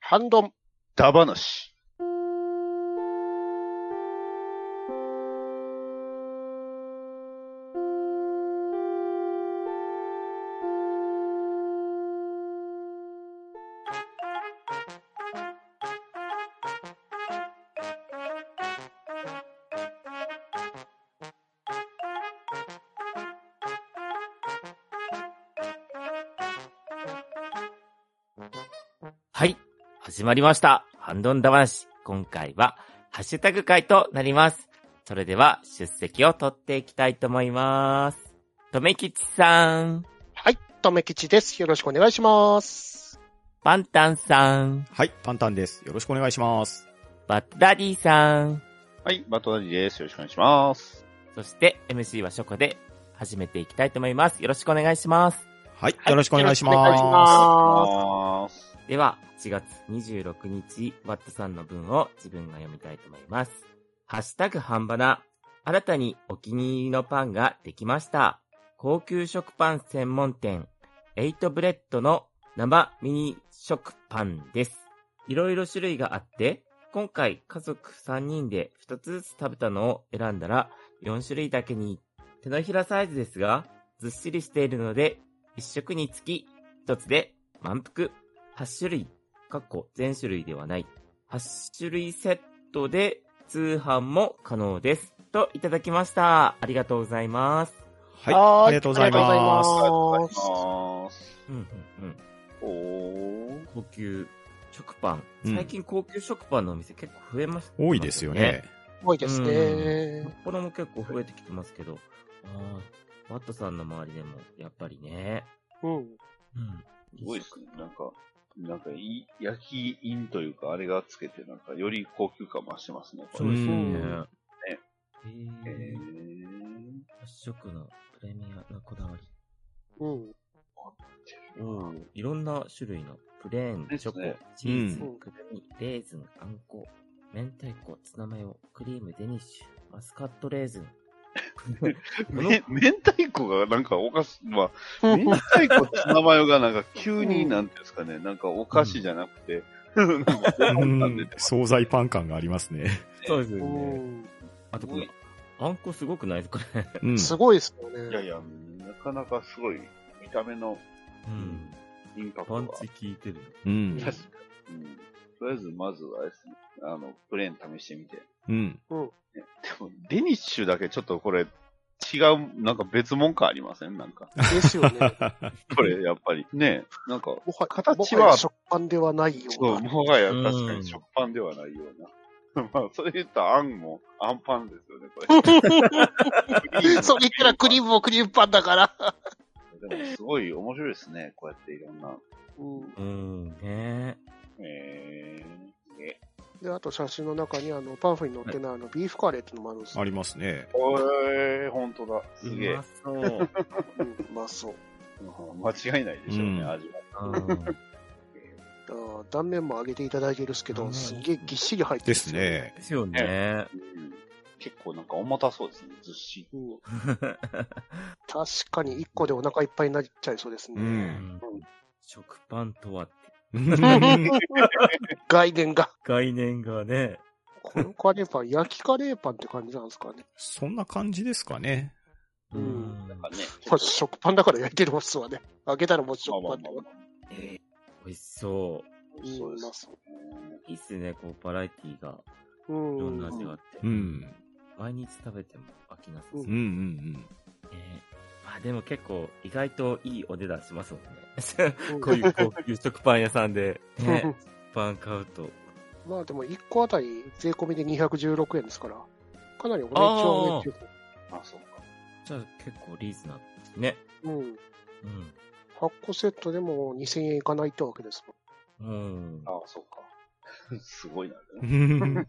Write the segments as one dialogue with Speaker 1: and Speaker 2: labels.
Speaker 1: ハンドン、ダバナシ。
Speaker 2: はい。始まりました。ハンドンダ話。今回は、ハッシュタグ会となります。それでは、出席を取っていきたいと思います。とめきちさん、
Speaker 1: はい、とめきちです。よろしくお願いします。
Speaker 2: パンタンさん、
Speaker 3: はい、パンタンです。よろしくお願いします。
Speaker 2: バッドダディさん、
Speaker 4: はい、バトダディです。よろしくお願いします。
Speaker 2: そして MC はショコで始めていきたいと思います。よろしくお願いします。
Speaker 3: はい、よろしくお願いします。
Speaker 1: よろしくお願いします
Speaker 4: あ
Speaker 2: では、4月26日、ワットさんの文を自分が読みたいと思います。ハッシュタグ半ばな。新たにお気に入りのパンができました。高級食パン専門店、エイトブレッドの生ミニ食パンです。いろいろ種類があって、今回家族3人で2つずつ食べたのを選んだら、4種類だけに、手のひらサイズですが、ずっしりしているので、1食につき1つで満腹。8種類、かっこ全種類ではない、8種類セットで通販も可能です。といただきました。ありがとうございます。
Speaker 3: はい、
Speaker 1: はーい
Speaker 3: ありがとうございます。
Speaker 1: ありがとうございます
Speaker 4: ます。
Speaker 2: うんうんうん。
Speaker 4: おー。
Speaker 2: 高級食パン。
Speaker 3: うん
Speaker 2: 最近高級食パンのお店結構増えました、
Speaker 3: 多いですよね。。
Speaker 1: 多いです
Speaker 2: 札
Speaker 1: ね。
Speaker 2: 幌も結構増えてきてますけど、ああ、ワットさんの周りでも、やっぱりね。
Speaker 1: うん。
Speaker 2: うん。
Speaker 4: すごいですね。なんか、なんかい、焼き印というか、あれがつけて、なんか、より高級感増してますね。
Speaker 2: そうですよね。
Speaker 3: うん
Speaker 4: え
Speaker 2: えー、発色のプレミアなこだわり。
Speaker 1: うん。
Speaker 2: うん、いろんな種類のプレーン、
Speaker 4: です
Speaker 2: チョ
Speaker 4: ね
Speaker 2: コ、チーズ、
Speaker 1: うん
Speaker 2: くるみ、レーズン、あんこ、明太子、ツナマヨ、クリーム、デニッシュ、マスカットレー ズン。
Speaker 4: め、明太子がなんかおかし、まあ、
Speaker 1: うん
Speaker 4: 明太子ツナマヨがなんか急になんていうんですかね、なんかお菓子じゃなくて、なんか
Speaker 3: うん、惣菜パン感がありますね。
Speaker 2: そうですよ
Speaker 1: う。ん
Speaker 2: あとこの、あんこすごくないですかね。
Speaker 3: うん。
Speaker 1: すごいですよ
Speaker 4: いや
Speaker 1: ね。
Speaker 4: いや、なかなかすごい見た目の
Speaker 2: う
Speaker 4: う。インパクト
Speaker 2: パ
Speaker 4: が。
Speaker 2: ンチ効いてる。
Speaker 3: うん。
Speaker 4: 確かに。うんとりあえず、まずはですね、あの、プレーン試してみて。で
Speaker 3: うん。
Speaker 4: も、デニッシュだけちょっとこれ、違う、なんか別物感ありませんなんか。
Speaker 1: です よね。
Speaker 4: これ、やっぱり。ねえなんか、
Speaker 1: もは
Speaker 4: 形
Speaker 1: もはや
Speaker 4: は、
Speaker 1: 食パンではないよ
Speaker 4: そう、
Speaker 1: うな。
Speaker 4: もはや
Speaker 2: うん
Speaker 4: 確かに食パンではないような。 まあ、それ言ったら、あんも、あんパンですよね、こ れ。
Speaker 1: それからクリームもクリームパンだから。
Speaker 4: ム。でも、すごい面白いですね、こうやっていろんな。
Speaker 1: うん
Speaker 2: うん、ね
Speaker 4: えー、え、
Speaker 1: で、あと写真の中に、あの、パンフに載ってない、あの、ビーフカレーってのもあるんですよ
Speaker 3: ありますね。
Speaker 4: おー、ほんとだ。すげえ
Speaker 2: う。まそう。
Speaker 1: うんうまそう。
Speaker 4: うん間違いないでしょうね、
Speaker 3: うん
Speaker 4: 味は。
Speaker 2: う
Speaker 1: あ
Speaker 2: ん
Speaker 1: ー断面も上げていただいてるんですけ
Speaker 2: う
Speaker 1: ど、
Speaker 2: ん
Speaker 1: すげえぎっしり入ってるん
Speaker 3: で
Speaker 1: ですすよ。
Speaker 3: ね。
Speaker 2: です よね。
Speaker 4: うん結構なんか重たそうですね、ずっし
Speaker 1: うん。確かに1個でお腹いっぱいになっちゃいそうですね。
Speaker 3: う。
Speaker 2: うんん食パンとはって
Speaker 1: 概念が。
Speaker 2: 概念がね。
Speaker 1: このカレーパン、焼きカレーパンって感じなんですか ね。
Speaker 3: そんな感じですかね。
Speaker 1: うん
Speaker 4: り。なんかね、
Speaker 1: まあ、食パンだから焼いてるっすわね。揚げたらもう
Speaker 4: まあ
Speaker 1: 食
Speaker 4: ま
Speaker 1: パ
Speaker 4: あ
Speaker 1: ン
Speaker 4: ま
Speaker 1: だ
Speaker 4: あ
Speaker 1: わ。
Speaker 4: まあ
Speaker 2: 美味しそう。
Speaker 4: 美味しそうで
Speaker 1: う
Speaker 4: すね
Speaker 1: まそ
Speaker 2: いいっすね、こう、バラエティが、
Speaker 1: う。
Speaker 2: いろん
Speaker 1: う。
Speaker 2: なん味があって。
Speaker 3: うん。
Speaker 2: 毎日食べても飽きなさそうう。
Speaker 3: うんうんうん。
Speaker 2: ねまあでも結構、意外といいお値段しますもんね。 こういう高級食パン屋さんで、ね、パン買うと。
Speaker 1: まあでも1個あたり税込みで216円ですから、かなりお値打ちはね、
Speaker 4: まあそうか。
Speaker 2: じゃあ結構リーズナブルですね。
Speaker 1: うん。
Speaker 2: うん。
Speaker 1: 8個セットでも2000円いかないってわけですもん。
Speaker 2: うん。
Speaker 4: ああ、そうか。 すごいな、ね。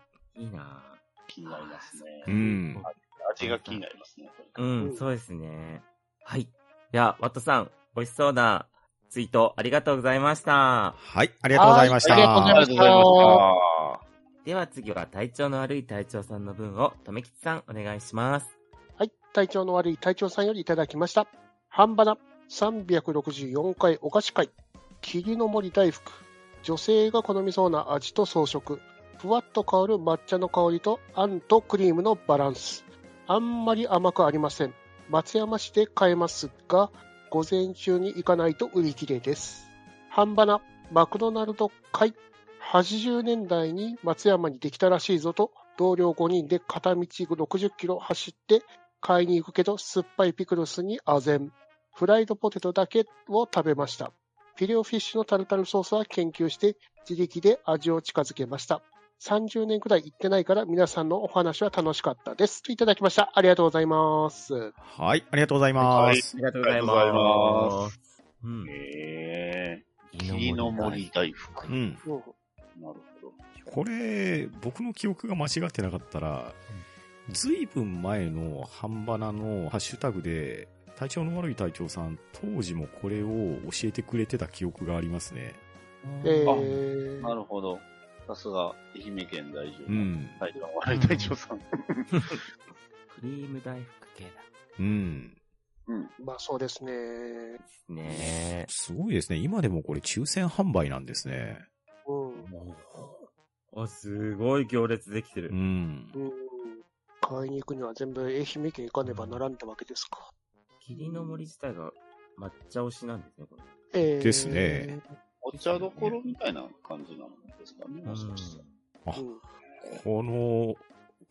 Speaker 2: いいな
Speaker 4: 気になりますね。
Speaker 3: うん。
Speaker 4: 味が気になりますね。
Speaker 2: ぁう
Speaker 1: うん
Speaker 2: ん、そうですね。はい。では、ワットさん、美味しそうなツイートありがとうございました。
Speaker 3: はい、ありがとうございまし
Speaker 1: ありがとうございま
Speaker 3: た
Speaker 1: し。
Speaker 2: では次は体調の悪い隊長さんの分を、とめきちさんお願いします。
Speaker 1: はい。体調の悪い隊長さんよりいただきました。半ばな364回お菓子会。霧の森大福。女性が好みそうな味と装飾、ふわっと香る抹茶の香りとあんとクリームのバランス。あんまり甘くありません。松山市で買えますが、午前中に行かないと売り切れです。半ばなマクドナルド会。80年代に松山にできたらしいぞと、同僚5人で片道60キロ走って買いに行くけど、酸っぱいピクルスにあぜん。フライドポテトだけを食べました。フィレオフィッシュのタルタルソースは研究して自力で味を近づけました。30年くらい行ってないから皆さんのお話は楽しかったです。といただきました。ありがとうございます。
Speaker 3: はい、ありがとうございます。
Speaker 2: りがとうござい
Speaker 4: ありがとうござい
Speaker 2: ま。
Speaker 4: ます
Speaker 2: うん。
Speaker 4: えー、霧の森大福。
Speaker 3: う
Speaker 4: なる
Speaker 3: ん。
Speaker 1: うん
Speaker 4: ほど。
Speaker 3: これ、僕の記憶が間違ってなかったら、ずいぶん前の半ばなのハッシュタグで、体調の悪い隊長さん、当時もこれを教えてくれてた記憶がありますね。
Speaker 1: えー
Speaker 2: うん
Speaker 4: なるほど。さすが、愛媛県大丈夫。
Speaker 3: うん。
Speaker 4: はい、では笑い隊長さん。
Speaker 2: クリーム大福系だ。
Speaker 3: うん。
Speaker 4: うん。
Speaker 1: まあそうですね。
Speaker 2: ですね
Speaker 3: すごいですね。今でもこれ抽選販売なんですね。
Speaker 1: うん。
Speaker 2: あ、すごい行列できて
Speaker 3: う
Speaker 2: る。
Speaker 3: ん
Speaker 1: う。ん、買いに行くには全部愛媛県行かねばならんってわけですか。
Speaker 2: 霧の森自体が抹茶推しなんですね、これ。
Speaker 1: えー
Speaker 3: ですね。
Speaker 4: お茶どころみたいな感じなんですかね、もしかしたら。
Speaker 1: うん、
Speaker 3: この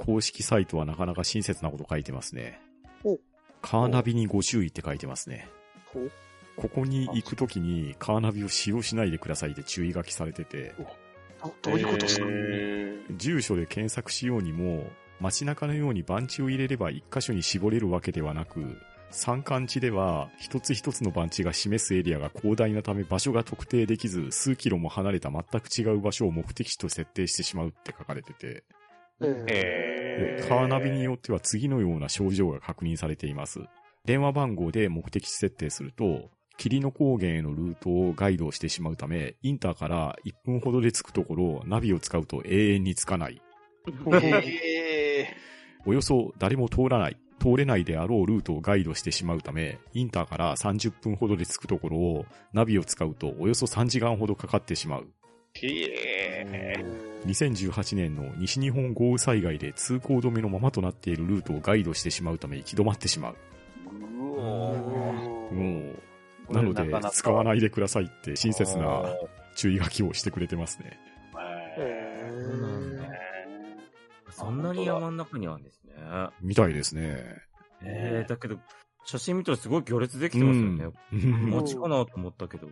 Speaker 3: 公式サイトはなかなか親切なこと書いてますね
Speaker 1: お。
Speaker 3: カーナビにご注意って書いてますね。
Speaker 1: ほう
Speaker 3: ここに行くときにカーナビを使用しないでくださいって注意書きされてて、
Speaker 1: どどういうことですか、
Speaker 4: えー
Speaker 3: 住所で検索しようにも、街中のように番地を入れれば一箇所に絞れるわけではなく、山間地では一つ一つの番地が示すエリアが広大なため場所が特定できず、数キロも離れた全く違う場所を目的地と設定してしまうって書かれてて、
Speaker 4: え
Speaker 3: カーナビによっては次のような症状が確認されています。電話番号で目的地設定すると、霧の高原へのルートをガイドしてしまうため、インターから1分ほどで着くところ、ナビを使うと永遠に着かない。
Speaker 4: え
Speaker 3: およそ誰も通らない、通れないであろうルートをガイドしてしまうため、インターから30分ほどで着くところを、ナビを使うとおよそ3時間ほどかかってしまう。
Speaker 4: ー、え
Speaker 1: えー
Speaker 3: 2018年の西日本豪雨災害で通行止めのままとなっているルートをガイドしてしまうため行き止まってしまう。
Speaker 4: ー、うおー
Speaker 3: もう、なので、使わ
Speaker 4: い
Speaker 3: ないでくださいって親切な注意書きをしてくれてますね。
Speaker 1: えー
Speaker 2: そうなんだそんなに山の中にあるんですね。
Speaker 3: みたいですね。
Speaker 2: えー、だけど、写真見たらすごい行列できてますよね。
Speaker 3: うん
Speaker 2: 餅かなと思った けど。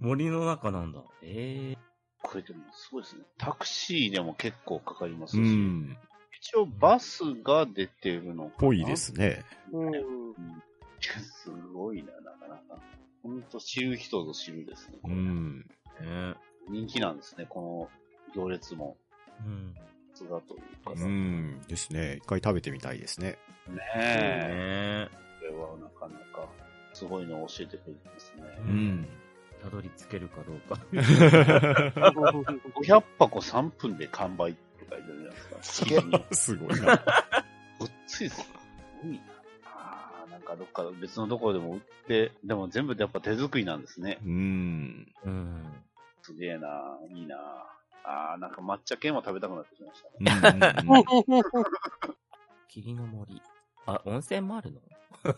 Speaker 2: 森の中なんだ。え
Speaker 4: これでもすごいですね。タクシーでも結構かかりますし、
Speaker 3: うん。
Speaker 4: 一応バスが出てるのかな。
Speaker 3: ぽいで。すね。
Speaker 1: うん
Speaker 4: すごいな、なかなか。ほんと知る人ぞ知るですね。
Speaker 3: うん。
Speaker 2: ー、ね
Speaker 4: 人気なんですね、この行列も。
Speaker 2: うん。
Speaker 4: さすがというか
Speaker 3: う。ん。ですね。一回食べてみたいですね。
Speaker 4: ねえ。
Speaker 2: ね
Speaker 4: これはなかなかすごいのを教えてくれてますね。
Speaker 2: う
Speaker 3: うんん。
Speaker 2: たどり着けるかどうか。
Speaker 4: 500箱3分で完売って書いてある
Speaker 1: す
Speaker 4: じ
Speaker 1: げ
Speaker 4: ゃ
Speaker 1: え
Speaker 4: ないですか。
Speaker 3: すごい な。
Speaker 4: ごっついですね。すごいな。あーなんかどっか別のところでも売って、でも全部やっぱ手作りなんですね。
Speaker 3: うん。
Speaker 2: うん。
Speaker 4: すげえな、いいな。あーなんか抹茶系も食べたくなってきましたね。
Speaker 3: うんうんうん
Speaker 2: 霧の森。あ、温泉もあるの
Speaker 1: あ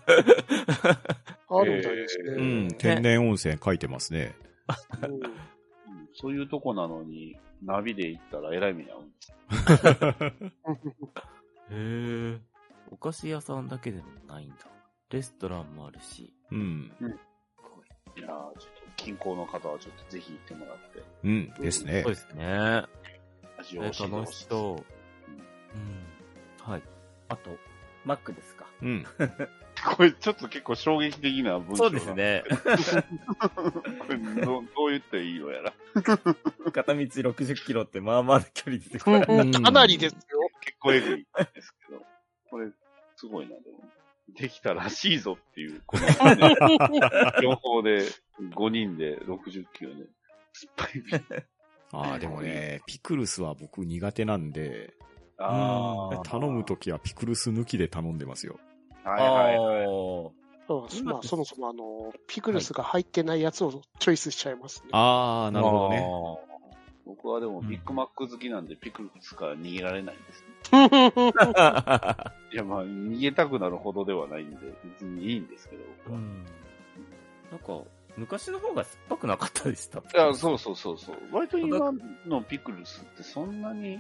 Speaker 1: るみたいですね。
Speaker 3: うん。天然温泉書いてますね。
Speaker 1: うん
Speaker 4: うんそういうとこなのに、ナビで行ったらえらい目に遭うんです。
Speaker 2: へえ。お菓子屋さんだけでもないんだ。レストランもあるし。
Speaker 3: うん。
Speaker 4: いやーちょっと近郊の方はちょっとぜひ行ってもらって、
Speaker 3: うん。ですね
Speaker 2: そう。ですね。
Speaker 4: 味を
Speaker 2: え
Speaker 4: 教えてほ
Speaker 2: 楽
Speaker 4: し
Speaker 2: し
Speaker 4: い。
Speaker 2: そう。うん。はい。あと、マックですか。
Speaker 3: うん。
Speaker 4: これちょっと結構衝撃的な文章
Speaker 2: そう です。ね。
Speaker 4: これどどう言っていいのやら。
Speaker 2: 片道60キロってまあまあの距離ですか
Speaker 1: う
Speaker 2: ら。
Speaker 1: んうんかなりですよ。
Speaker 4: 結構エグいですけど、これすごいな、でも。できたらしいぞっていう、こ の、ね、情報で5人で60キロね。スパイビー。
Speaker 3: ああ、でもね、ピクルスは僕苦手なんで、
Speaker 4: ああ。
Speaker 3: 頼むときはピクルス抜きで頼んでますよ。
Speaker 4: はいはいはい。
Speaker 2: おー
Speaker 1: そう
Speaker 2: 今
Speaker 1: まあ、そもそもあのピクルスが入ってないやつをチョイスしちゃいますね。
Speaker 3: あー、なるほどね。
Speaker 4: ね。僕はでもビッグマック好きなんで、ピクルスから逃げられないんですね。いや、まあ、逃げたくなるほどではないんで、別にいいんですけど、僕
Speaker 2: う
Speaker 4: は。
Speaker 2: んなんか、昔の方が酸っぱくなかったでした。
Speaker 4: いや、そうそうそうそう。割と今のピクルスってそんなに、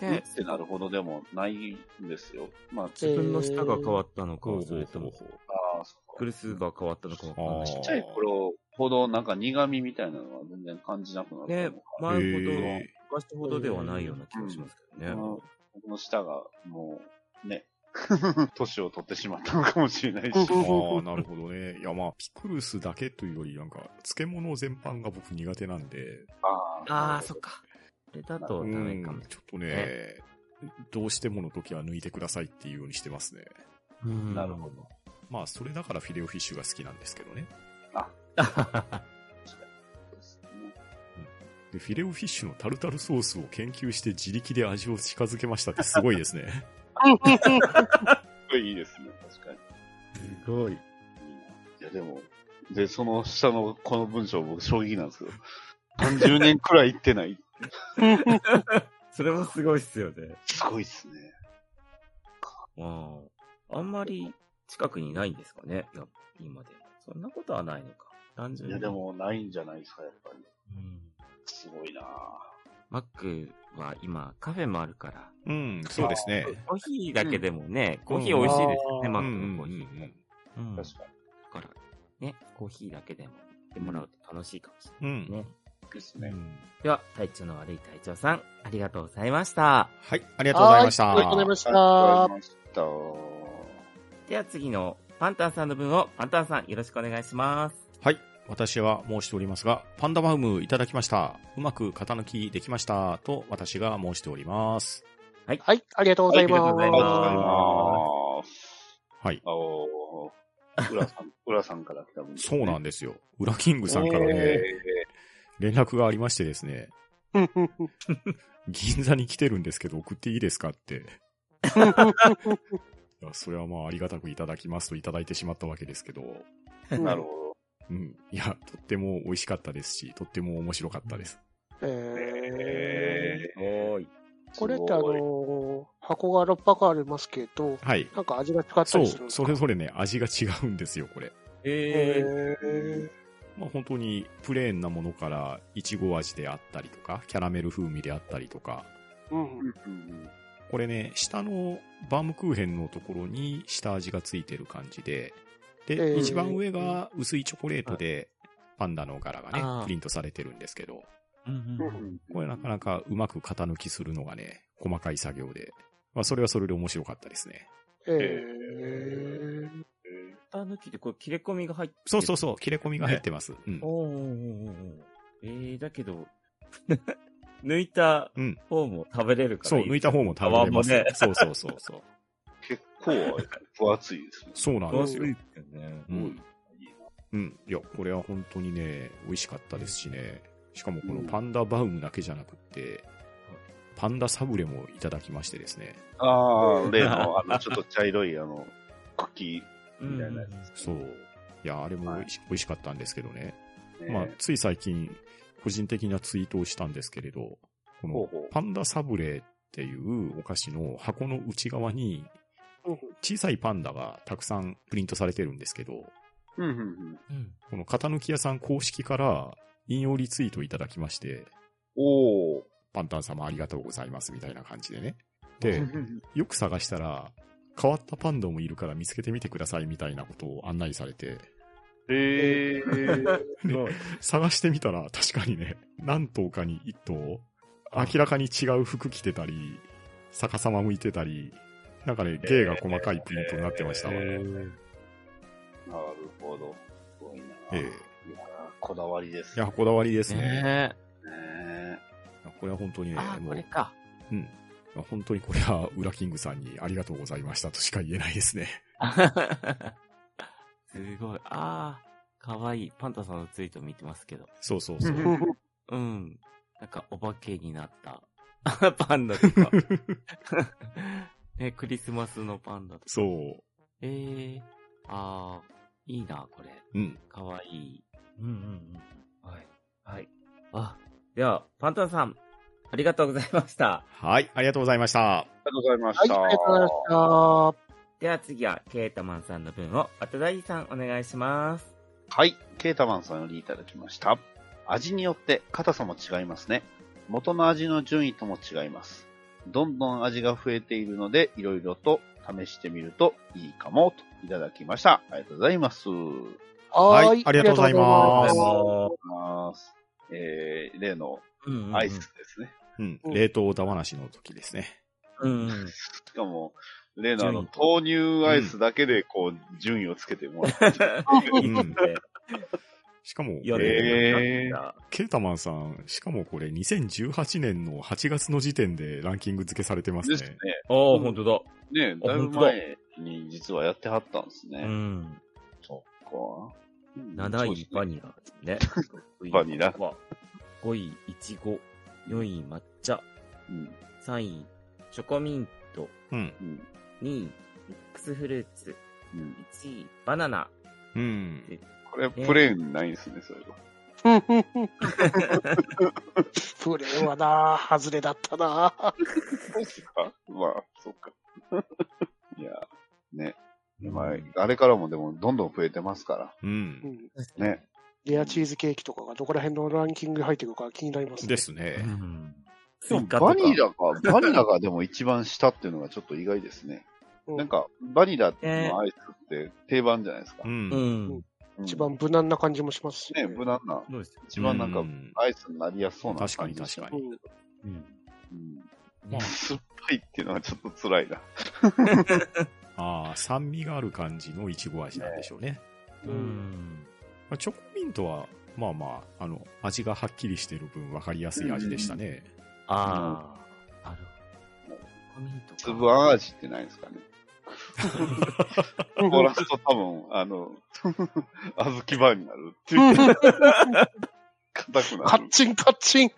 Speaker 4: うっ
Speaker 2: ね
Speaker 4: てなるほどでもないんですよ。まあ、
Speaker 2: 自分の舌が変わったのか
Speaker 3: ほう、
Speaker 2: そ
Speaker 3: ほ
Speaker 2: れ
Speaker 3: う
Speaker 2: と
Speaker 3: ほう
Speaker 2: も、
Speaker 3: ほう
Speaker 4: ああ、そっ
Speaker 2: ク
Speaker 4: か。
Speaker 2: ルスが変わったのかわかんないし
Speaker 4: ちっちゃい頃ほどなんか苦味みたいなのは全然感じなくなった
Speaker 2: ね
Speaker 4: のか、
Speaker 2: 前ほど、
Speaker 3: へ
Speaker 2: 昔ほどではないような気がしますけ
Speaker 4: な、
Speaker 2: どね。
Speaker 4: 僕の舌がもう、ね、 年を取ってしまったのかもしれないし。
Speaker 1: う
Speaker 3: あー、なるほどね。いや、まあ、ピクルスだけというより、なんか、漬物全般が僕苦手なんで、
Speaker 4: あ
Speaker 2: ああ、そっか。これだとダ
Speaker 3: う
Speaker 2: メ
Speaker 3: ん
Speaker 2: かもし
Speaker 3: ちょっとね、どうしてもの時は抜いてくださいっていうようにしてますね。
Speaker 2: れない。
Speaker 4: なるほど。
Speaker 3: まあ、それだからフィレオフィッシュが好きなんですけどね。
Speaker 4: そうですね。
Speaker 3: でフィレオフィッシュのタルタルソースを研究して自力で味を近づけましたってすごいですね。
Speaker 4: これいいですね、確かに。
Speaker 2: すごい。
Speaker 4: いいな。いや、でも、で、その下のこの文章、僕、衝撃なんですけど、30年くらい行ってない。
Speaker 2: それもすごいっすよね。
Speaker 4: すごいっすね。
Speaker 2: ああんまり近くにないんですかね。いや今でも。そんなことはないのか。単純
Speaker 4: い
Speaker 2: に。
Speaker 4: や、でも、ないんじゃないですか、やっぱり。
Speaker 2: うん。
Speaker 4: すごいな
Speaker 2: マックは今、カフェもあるから。
Speaker 3: うん、そうですね。
Speaker 2: コーヒーだけでもね、コーヒー美味しいですよね、
Speaker 1: うん
Speaker 2: マ
Speaker 3: うんう
Speaker 2: ック
Speaker 3: ん
Speaker 2: のコーヒー。うんだ
Speaker 4: 確
Speaker 2: か
Speaker 4: かに。
Speaker 2: ら、ね、コーヒーだけでも売ってもらうと楽しいかもし
Speaker 3: うん
Speaker 2: れ
Speaker 3: う
Speaker 2: ない
Speaker 3: ん。
Speaker 2: ね。
Speaker 4: です
Speaker 3: う
Speaker 4: ね。
Speaker 3: ん
Speaker 2: では、体調の悪い隊長さん、ありがとうございました。
Speaker 3: はい、ありがとうございまし
Speaker 1: は
Speaker 3: た。
Speaker 1: ありがとうございまし
Speaker 4: ありが
Speaker 1: た
Speaker 4: とうござ。いました。
Speaker 2: では次のパンタンさんの分を、パンタンさんよろしくお願いします。
Speaker 3: はい。私は申しておりますが、パンダマウムいただきました。うまく型抜きできました。と私が申しております。
Speaker 1: はい、ありがとうござい
Speaker 2: はいありがとうござい
Speaker 4: ありが
Speaker 1: ま
Speaker 4: とうございます。
Speaker 3: はい。
Speaker 4: あおー浦さん、浦さんから来た文章
Speaker 3: そ
Speaker 4: ね
Speaker 3: うなんですよ。ウラキングさんから
Speaker 4: え
Speaker 3: ね、連絡がありましてですね、
Speaker 1: す。
Speaker 3: 銀座に来てるんですけど送っていいです かって。いやそれはまあありがたくいただきますといただいてしまったわけですけど、
Speaker 4: ーなるほど。
Speaker 3: うん。いや、とっても美味しかったですし、とっても面白かったです。
Speaker 1: えー
Speaker 4: え
Speaker 2: おーい。
Speaker 4: ー
Speaker 1: これってあの
Speaker 4: すごい
Speaker 1: ー箱が6箱ありますけど、
Speaker 3: はい。
Speaker 1: なんか味が違った
Speaker 3: そう
Speaker 1: りするん、です
Speaker 3: そ
Speaker 1: か
Speaker 3: れぞれね、味が違うんですよ、これ。
Speaker 2: えー、
Speaker 1: え
Speaker 3: まあ、本当にプレーンなものから、いちご味であったりとか、キャラメル風味であったりとか、
Speaker 1: ーうん
Speaker 4: うんうん
Speaker 3: これね、下のバームクーヘンのところに下味がついてる感じで、
Speaker 1: え
Speaker 3: で、
Speaker 1: ー
Speaker 3: 一番上が薄いチョコレートで、パンダの柄が
Speaker 2: あ
Speaker 3: ね
Speaker 2: ー、
Speaker 3: プリントされてるんですけど、
Speaker 2: うんう
Speaker 4: う
Speaker 2: んんうん
Speaker 3: これなかなかうまく型抜きするのがね、細かい作業で、まあ、それはそれで面白かったですね。
Speaker 1: えー
Speaker 2: 型抜きでこれ切れ込みが入って
Speaker 3: そうそうそう、切れ込みが入ってます。うん。
Speaker 2: おーおーおーおーえー、だけど、 抜いた
Speaker 3: うん
Speaker 2: 方も食べれるから
Speaker 3: そう、
Speaker 2: いい
Speaker 3: 抜いた方も食べれます。
Speaker 2: 皮もね
Speaker 3: そうそうそうそう。
Speaker 4: 結構分厚いですね。
Speaker 3: そうなん
Speaker 2: そう
Speaker 3: で
Speaker 2: ですす
Speaker 3: よ
Speaker 2: よ。ね。
Speaker 3: うん。うん。いや、これは本当にね、美味しかったですしね。しかもこのパンダバウムだけじゃなくって、パンダサブレもいただきましてですね。
Speaker 4: ああ、例の、あの、ちょっと茶色い、あの、茎みたいなやつ。
Speaker 3: そう。いや、あれも美味し美味しかったんですけどね。
Speaker 4: ね
Speaker 3: まあ、つい最近、個人的なツイートをしたんですけれど、こ
Speaker 4: ほう
Speaker 3: の
Speaker 4: ほう
Speaker 3: パンダサブレっていうお菓子の箱の内側に、小さいパンダがたくさんプリントされてるんですけど、
Speaker 4: うんうんう
Speaker 2: う
Speaker 4: ん。
Speaker 2: ん。
Speaker 3: この型抜き屋さん公式から引用リツイートいただきまして、
Speaker 4: おお。
Speaker 3: パンタン様ありがとうございますみたいな感じでね。
Speaker 4: う
Speaker 3: で、
Speaker 4: ん
Speaker 3: よく探したら、変わったパンダもいるから見つけてみてくださいみたいなことを案内されて、
Speaker 4: えー、
Speaker 2: すごい
Speaker 3: 探してみたら確かにね、何頭かに1頭、明らかに違う服着てたり、逆さま向いてたり、なんかね、芸が細かいプリントになってましたわね。
Speaker 4: えーなるほど。すごいな。
Speaker 3: ええ
Speaker 4: いやーこだわりです
Speaker 3: い
Speaker 4: ね。
Speaker 3: や、こだわりですね。
Speaker 2: ね
Speaker 4: ね
Speaker 3: これは本当に
Speaker 2: え。
Speaker 3: ね
Speaker 2: あ、、
Speaker 3: も
Speaker 2: こ
Speaker 3: う
Speaker 2: れ、か。
Speaker 3: うん。本当にこれは、ウラキングさんにありがとうございましたとしか言えないですね。
Speaker 2: すごい。あー、かわいい。パンタさんのツイート見てますけど。
Speaker 3: そうそうそう。
Speaker 2: うん。なんか、お化けになった。 パンダとか。 ね、クリスマスのパンダとか。
Speaker 3: そう。
Speaker 2: えー、あー、いいな、これ。
Speaker 3: うん。
Speaker 2: かわいい。うんうんうん。はい。はい。あ、では、パンタンさん、ありがとうございました。
Speaker 3: はい、ありがとうございました。
Speaker 4: りがとうございま
Speaker 1: は
Speaker 4: し
Speaker 1: い、
Speaker 4: た。
Speaker 1: ありがとうございました。
Speaker 2: では次は、ケータマンさんの分を、ワタダイさんお願いします。
Speaker 4: はい。ケータマンさんよりいただきました。味によって硬さも違いますね。元の味の順位とも違います。どんどん味が増えているので、いろいろと試してみるといいかも、といただきました。ありがとうございます。
Speaker 3: はい
Speaker 1: はーい、
Speaker 3: ありがとうございます
Speaker 1: ありがとうござい
Speaker 3: あ
Speaker 4: ますえー、例の
Speaker 2: うんうんうん
Speaker 4: アイス。ですね。
Speaker 3: うん。
Speaker 1: うん
Speaker 3: 冷凍だ話の時ですね。
Speaker 2: うんうん。
Speaker 4: しかも、例のあの
Speaker 2: 順位、
Speaker 4: 豆乳アイスだけで、こう、順位をつけてもらって。
Speaker 3: うん。しかも、
Speaker 2: 夜
Speaker 3: えー
Speaker 4: へー
Speaker 2: だった
Speaker 3: ケータマンさん、しかもこれ2018年の8月の時点でランキング付けされてます
Speaker 4: ですね
Speaker 3: ね。。
Speaker 2: おー、ほんとだ。
Speaker 4: ね
Speaker 2: あ
Speaker 4: だいぶ
Speaker 2: 本当だ
Speaker 4: 前に実はやってはったんですね。
Speaker 2: うん。
Speaker 4: そっか。うん
Speaker 2: 7
Speaker 4: そうで
Speaker 2: 位
Speaker 4: すね
Speaker 2: バニラですね。6位
Speaker 4: バニラ
Speaker 2: 5位いちご、4位抹茶、
Speaker 4: うん。
Speaker 2: 3位チョコミント、
Speaker 3: うん。
Speaker 4: うん。
Speaker 2: 2位ミックスフルーツ、
Speaker 4: うん。
Speaker 2: 1位バナナ。
Speaker 3: うん。
Speaker 4: これ、プレーンないんですね、それが。
Speaker 1: プレーはな、外れだったな。
Speaker 4: そうっすか まあ、そっか。 いや、ね。まあ、あれからもでも、どんどん増えてますか
Speaker 3: う。
Speaker 1: うんん
Speaker 4: ら。ね。
Speaker 1: レアチーズケーキとかがどこら辺のランキングに入ってくるか気になりますね。
Speaker 3: です
Speaker 2: う
Speaker 3: ね。
Speaker 2: ん。ス
Speaker 4: で
Speaker 2: イ
Speaker 4: も
Speaker 2: カ
Speaker 4: バニ
Speaker 2: とか
Speaker 4: ラが、バニラがでも一番下っていうのがちょっと意外ですね。
Speaker 1: うん
Speaker 4: なんか、バニラのアイスって定番じゃないですか
Speaker 3: う。。
Speaker 2: うんん。
Speaker 4: うん
Speaker 1: 一。番無難な感じもしますし、
Speaker 4: ね、無難な。
Speaker 2: どうです
Speaker 4: 一番なんか
Speaker 3: う、ん
Speaker 4: アイスになりやすそうな
Speaker 3: 確か
Speaker 4: 感
Speaker 3: に
Speaker 4: じで
Speaker 3: 確
Speaker 4: した
Speaker 1: う
Speaker 3: かに。
Speaker 1: ん
Speaker 2: うん。
Speaker 4: うん酸っぱいっていうのはちょっと辛いな。
Speaker 3: ああ、酸味がある感じのいちご味なんでしょうね。
Speaker 2: う
Speaker 1: うん
Speaker 2: ん。
Speaker 3: まあチョコミントは、まあまあ、あの、味がはっきりしてる分分かりやすい味でしたね。
Speaker 2: ああ。なるほど。コミントか
Speaker 4: 粒あん味ってないですかね。漏らすと多分、あの、 小豆バーになるっていう。硬くな
Speaker 1: カ
Speaker 4: る
Speaker 1: ッ。チンカッチ ン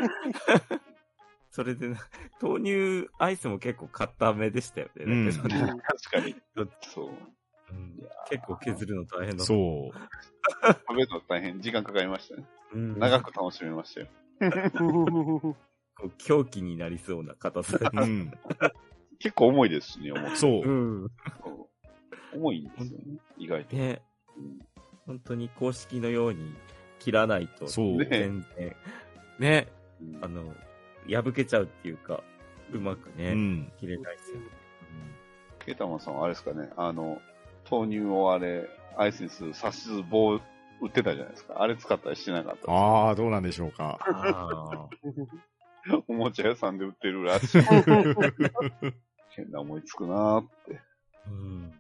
Speaker 2: それでな、 豆乳アイスも結構硬めでしたよね。
Speaker 3: うん
Speaker 2: だけどね
Speaker 4: 確かに。そう。
Speaker 2: うん結構削るの大変だう。
Speaker 3: そう。
Speaker 4: 食べるの大変、時間かかりましたね。
Speaker 2: うん
Speaker 4: 長く楽しめましたよ。
Speaker 2: こう狂気になりそうな硬 さ。
Speaker 3: うん。
Speaker 4: 結構重いですしね、重い。
Speaker 3: そうう。
Speaker 2: ん。
Speaker 4: 重いんですよね、意外と。
Speaker 2: ね、
Speaker 4: うん
Speaker 2: 本当に公式のように切らないと、
Speaker 3: そう。
Speaker 4: ね
Speaker 2: 全然、ね、
Speaker 4: うん
Speaker 2: あの、破けちゃうっていうか、うまく
Speaker 3: う
Speaker 2: ね、
Speaker 3: ん。
Speaker 2: 切れないですよね。
Speaker 4: ケータマンさんはあれですかね、あの、豆乳をあれ、アイスにする差し図棒売ってたじゃないですか。あれ使ったりしてなかった。
Speaker 3: ああ、どうなんでしょうか。
Speaker 2: うんあ
Speaker 4: おもちゃ屋さんで売ってるら しい。変な思いつくなーって。
Speaker 2: ーうん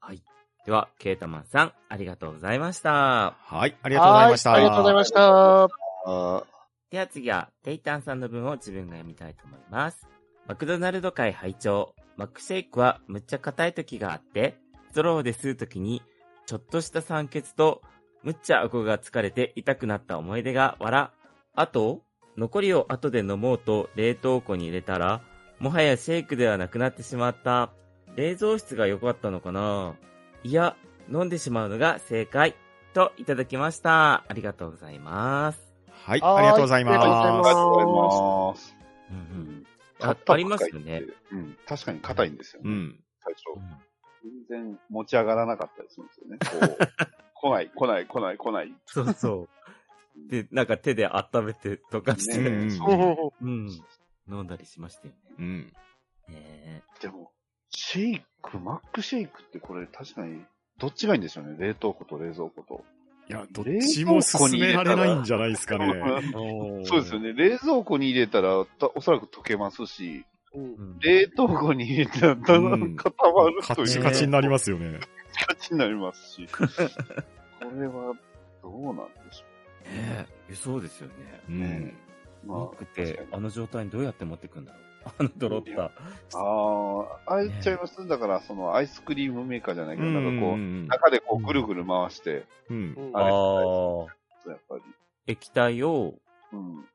Speaker 2: はい。では、ケータマンさん、ありがとうございました。
Speaker 3: はい、ありがとうございました。
Speaker 1: はありがとうございました。
Speaker 4: あ
Speaker 2: では次は、テイタンさんの分を自分が読みたいと思います。マクドナルド会拝聴マックシェイクはむっちゃ硬い時があって、ストローで吸う時に、ちょっとした酸欠と、むっちゃ顎が疲れて痛くなった思い出が笑。あと、残りを後で飲もうと冷凍庫に入れたら、もはやシェイクではなくなってしまった。冷蔵室が良かったのかないや、飲んでしまうのが正解。といただきました。ありがとうございます。
Speaker 3: はい、ありがとうござい
Speaker 1: ありがとう
Speaker 4: あ
Speaker 1: ご
Speaker 4: り
Speaker 1: ざ
Speaker 4: が
Speaker 1: います
Speaker 3: ま。
Speaker 4: とうございます。
Speaker 2: うんう
Speaker 4: うんん
Speaker 2: あありますよね。。
Speaker 4: うん、確かに硬いんですよ
Speaker 3: う
Speaker 4: ね、
Speaker 3: ん。
Speaker 4: 最初。全然持ち上がらなかったりするんですよね。こう来 ない、来ない、来ない、来ない。
Speaker 2: そう そう。で、なんか手で温めてとかして、
Speaker 3: ねうん
Speaker 1: うん
Speaker 2: うん。飲んだりしましたよね。
Speaker 3: うん。
Speaker 2: ね
Speaker 4: でも、シェイク、マックシェイクってこれ確かに、どっちがいいんでしょうね。冷凍庫と冷蔵庫と。
Speaker 3: いや、どっちも進められないんじゃないですかね。
Speaker 2: え
Speaker 4: そうですよ。ね。冷蔵庫に入れたら、たおそらく溶けますし、
Speaker 1: うん
Speaker 2: うん
Speaker 4: 冷凍庫に入れたら、だんだん固まる
Speaker 3: カ
Speaker 4: という、
Speaker 3: チカチになりますよね。
Speaker 4: カチになります し。これは、どうなんでしょ
Speaker 2: ねえそうですよね。
Speaker 3: う
Speaker 4: うね。
Speaker 3: ん。
Speaker 4: まあ
Speaker 2: マックっ、
Speaker 4: 確か
Speaker 2: て
Speaker 4: に、
Speaker 2: あの状態にどうやって持ってくんだろう。 あのドロッタ。
Speaker 4: ああ、あいちゃいます、だから、そのアイスクリームメーカーじゃないけど、なんかこう、
Speaker 3: ん
Speaker 4: 中でこうぐるぐる回して、
Speaker 3: うん
Speaker 1: う。ん
Speaker 2: あ
Speaker 4: あれ
Speaker 2: あ。
Speaker 4: やっぱり、
Speaker 2: 液体を、
Speaker 4: うん。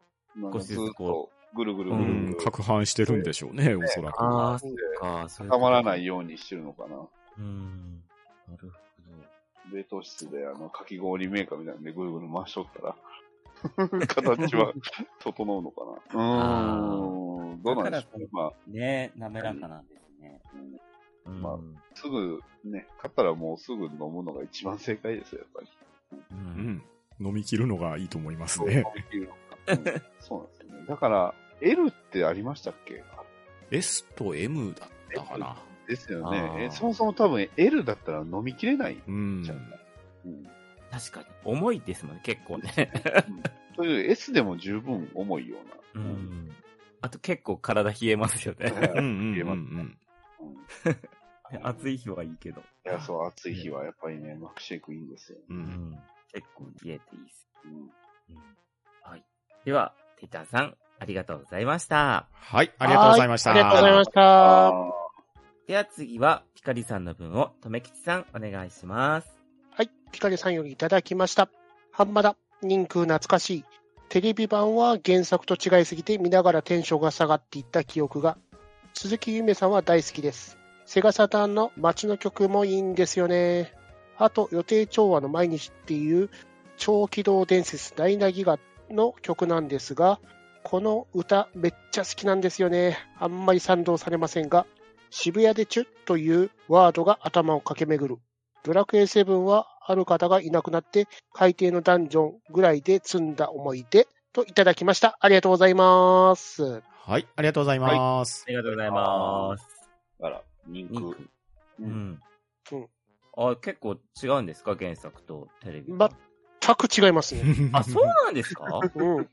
Speaker 4: な
Speaker 2: 少
Speaker 4: んか
Speaker 2: しず
Speaker 4: ず
Speaker 2: つ
Speaker 4: っ
Speaker 2: こと
Speaker 4: ぐるぐる
Speaker 3: う
Speaker 4: ぐるぐ
Speaker 3: ん
Speaker 4: る、
Speaker 3: 攪拌してるんでしょうね、おそらく。
Speaker 2: ああ、
Speaker 1: う
Speaker 2: そ
Speaker 1: ん
Speaker 2: うか。そううこ
Speaker 4: 固
Speaker 2: と
Speaker 4: まらないようにしてるのかな。
Speaker 2: うん。なるほど。
Speaker 4: 冷凍室であの、かき氷メーカーみたいなんでぐるぐる回しとったら、形は整うのかな。うーん。どうなんでしょ
Speaker 5: だか
Speaker 4: う
Speaker 5: ら
Speaker 4: まあ、
Speaker 5: ね滑らかなんですね。
Speaker 2: うん
Speaker 4: まあすぐ、ね、買ったらもうすぐ飲むのが一番正解ですよ、やっぱり。
Speaker 2: う
Speaker 3: うんん。飲み切るのがいいと思います
Speaker 4: そう
Speaker 3: ね。
Speaker 4: うんそうなんですよね。だから、L ってありましたっけ
Speaker 6: S と M だったかな。
Speaker 4: ですよ
Speaker 6: あ
Speaker 4: ね。
Speaker 6: ー
Speaker 4: えそもそも多分 L だったら飲みきれない
Speaker 3: うん
Speaker 4: じゃ。ん。うん
Speaker 2: 確かに。重いですもんね、結構ね。
Speaker 4: という S でも十分重いよう
Speaker 2: う
Speaker 4: な。
Speaker 2: ん。あと結構体冷えますよね。
Speaker 3: うんうん
Speaker 4: 冷え
Speaker 3: うんう
Speaker 4: ます
Speaker 3: ん。
Speaker 4: うん
Speaker 2: 暑い日はいいけど。
Speaker 4: いや、そう、暑い日はやっぱりね、マックシェイクいいんですよ。
Speaker 3: う。
Speaker 2: うんん。結構冷えていいです。
Speaker 4: うん
Speaker 2: はい。では、ティターさん、ありがとうございました。
Speaker 3: はい、ありがとうございました。
Speaker 1: はいありがとうございました。
Speaker 4: あ
Speaker 2: では次は、ピカリさんの分を、とめきちさん、お願いします。
Speaker 1: はい、ピカリさんよりいただきました。ハンマダ、人空懐かしい。テレビ版は原作と違いすぎて見ながらテンションが下がっていった記憶が。鈴木ゆめさんは大好きです。セガサターンの街の曲もいいんですよね。あと、予定調和の毎日っていう超機動伝説ダイナギガの曲なんですが、この歌めっちゃ好きなんですよね。あんまり賛同されませんが、渋谷でチュッというワードが頭を駆け巡る。ドラクエ7はある方がいなくなって海底のダンジョンぐらいで積んだ思い出といただきました。ありがとうございます。
Speaker 3: はい、ありがとうございます
Speaker 2: あ。りがとうございます。
Speaker 4: ーあら、人
Speaker 2: ニ
Speaker 4: 空
Speaker 2: ク。
Speaker 4: う
Speaker 2: うんん。あ、結構違うんですか原作とテレビ。
Speaker 1: 全く違います ね。
Speaker 2: あ、そうなんです かへ
Speaker 1: うん。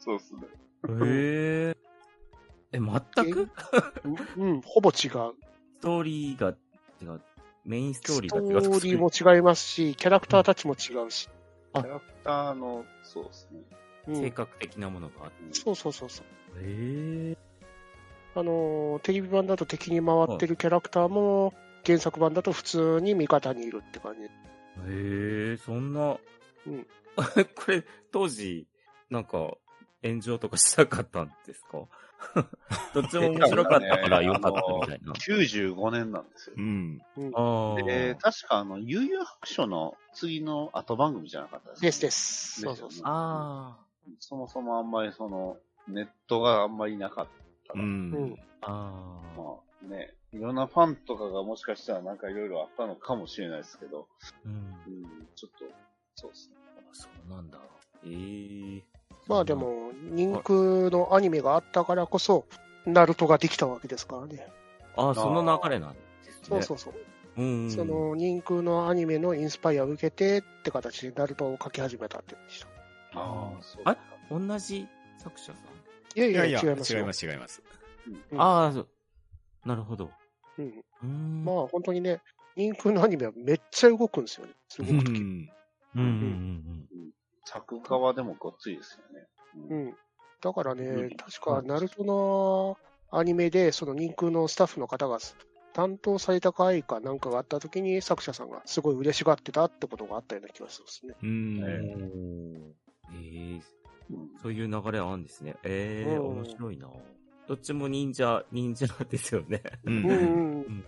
Speaker 4: そうっすね。
Speaker 2: え。え、全く
Speaker 1: うん、ほぼ違う。
Speaker 2: ストーリーが違う。メインストーリ
Speaker 1: ス
Speaker 2: ー
Speaker 1: ト
Speaker 2: が違う。
Speaker 1: ーリーも違いますし、キャラクターたちも違うし。
Speaker 4: キャラクターの、そうっすね。
Speaker 1: う
Speaker 2: 性
Speaker 1: ん、
Speaker 2: 格的なものがあっ
Speaker 1: そうそうそうそう。
Speaker 2: て。へえ。
Speaker 1: あのーテレビ版だと敵に回ってるキャラクターも、原作版だと普通に味方にいるって感じ。
Speaker 2: へえ、そん な。
Speaker 1: うん
Speaker 2: これ、当時、なんか、炎上とかしなかったんですか どっちも面白かったから良かったみたいな。
Speaker 4: 95年なんですよ
Speaker 3: う。ん。
Speaker 2: あー
Speaker 4: で、確かあの、悠々白書の次の後番組じゃなかったですか
Speaker 1: ですです。そうそうそう。
Speaker 2: あ
Speaker 4: そもそもあんまりその、ネットがあんまりなかった
Speaker 3: う
Speaker 4: ら、
Speaker 3: ん。
Speaker 2: ー。あー。
Speaker 4: まあね、いろんなファンとかがもしかしたらなんかいろいろあったのかもしれないですけど、
Speaker 2: うん。
Speaker 4: うん、ちょっと、そうですね。
Speaker 2: そうなんだ。ええ。
Speaker 1: まあでも、人空のアニメがあったからこそ、ナルトができたわけですからね。
Speaker 2: あ、その流れなんですね。
Speaker 1: そうそうそう。
Speaker 2: う。うん。
Speaker 1: その人空のアニメのインスパイアを受けてって形でナルトを描き始めたってことでした。
Speaker 4: ああ、そう
Speaker 2: あ
Speaker 4: か
Speaker 2: れ同じ作者さん、
Speaker 1: いや
Speaker 3: い
Speaker 1: いや、
Speaker 3: やいや、
Speaker 1: 違
Speaker 3: 違
Speaker 1: い
Speaker 3: い
Speaker 1: ま
Speaker 3: ますす、
Speaker 1: よ
Speaker 3: 違います、違います。
Speaker 1: うん
Speaker 2: ああ、そうなるほど。
Speaker 1: うん。
Speaker 2: うーん。
Speaker 1: まあ本当にね、人空のアニメはめっちゃ動くんですよね。す
Speaker 3: う
Speaker 1: ごく時。
Speaker 3: ん。
Speaker 2: うんうん
Speaker 4: 作画はでもごっついですよね。
Speaker 1: う
Speaker 4: うん
Speaker 1: ん。だから
Speaker 4: うん
Speaker 1: ね、確かナルトのアニメで、その人空のスタッフの方が担当された回かなんかがあった時に作者さんがすごい嬉しがってたってことがあったような気がするんですね。
Speaker 3: う
Speaker 2: うん
Speaker 3: ん。
Speaker 2: うん。おーええ
Speaker 4: うん
Speaker 2: そういう流れあるんですね。ええ
Speaker 1: うん
Speaker 2: 面白いな。どっちも忍者、忍者ですよね。
Speaker 3: う。
Speaker 1: うんんうん
Speaker 2: う。ん。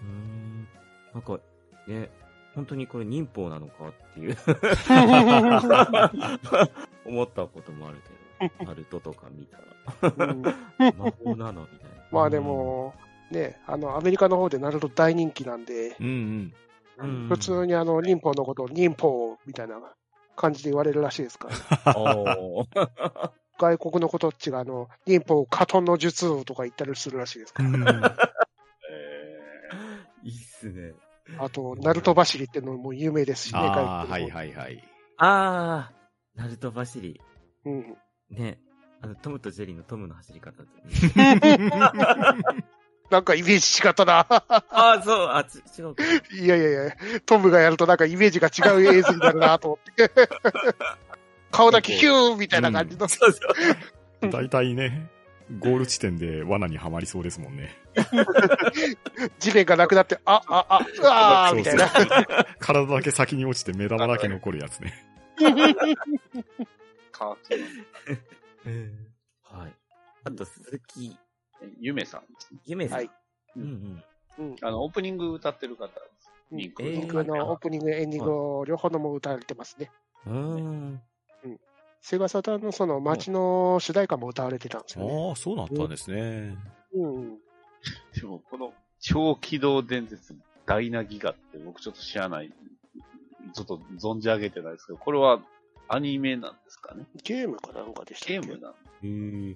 Speaker 2: うーん。なんか、ね、本当にこれ忍法なのかっていう思ったこともあるけど、ナルトとか見た
Speaker 1: うん
Speaker 2: ら、魔法なのみたいな。
Speaker 1: まあでも、ね、あの、アメリカの方でナルト大人気なんで、
Speaker 3: うんうん。
Speaker 2: うん、
Speaker 1: 普通にあの、忍法のことを忍法みたいな感じで言われるらしいですから、
Speaker 2: おー
Speaker 1: 外国のことっちがあの、忍法カトンの術とか言ったりするらしいです
Speaker 3: う
Speaker 1: から、
Speaker 3: ん
Speaker 4: え
Speaker 2: いいっすね。
Speaker 1: あと、ナルト走りっていうのも有名ですしね、
Speaker 3: ああ、は
Speaker 1: 外
Speaker 3: い
Speaker 1: 国の方。
Speaker 3: はいはい。
Speaker 2: あー、ナルト走り。
Speaker 1: うん。
Speaker 2: ね。あの、トムとジェリーのトムの走り方と。
Speaker 1: なんかイメージ違ったな。
Speaker 2: ああ、そう、あ、ち違う か。
Speaker 1: いやいやいや、トムがやるとなんかイメージが違う映像になるなと思って。顔だけヒューみたいな感じの。
Speaker 2: そうそう。
Speaker 3: 大体ね、ゴール地点で罠にはまりそうですもんね。
Speaker 1: 地面がなくなって、あ、あ、あ、うわーみたいな。
Speaker 3: そうそう。体だけ先に落ちて目玉だけ残るやつね。
Speaker 4: ー、カーキの
Speaker 2: はい。あと、鈴木
Speaker 4: ゆめさんですね。
Speaker 2: ゆめさん。
Speaker 1: はい
Speaker 2: うんうん。
Speaker 1: うん
Speaker 4: あの、オープニング歌ってる方で
Speaker 1: う
Speaker 4: す。
Speaker 1: ん
Speaker 4: 肉
Speaker 2: えー
Speaker 1: 肉のオープニング、エンディングを両方とも歌われてますね。
Speaker 2: うーん。
Speaker 1: セガサターンのその街の主題歌も歌われてたんですよね。
Speaker 6: ああ、そうだったんですね。
Speaker 1: うん。
Speaker 4: でも、この超機動伝説ダイナギガって僕ちょっと知らない。ちょっと存じ上げてないですけど、これはアニメなんですかね
Speaker 1: ゲームかなんかでしたっけ
Speaker 4: ゲームなん
Speaker 2: えー、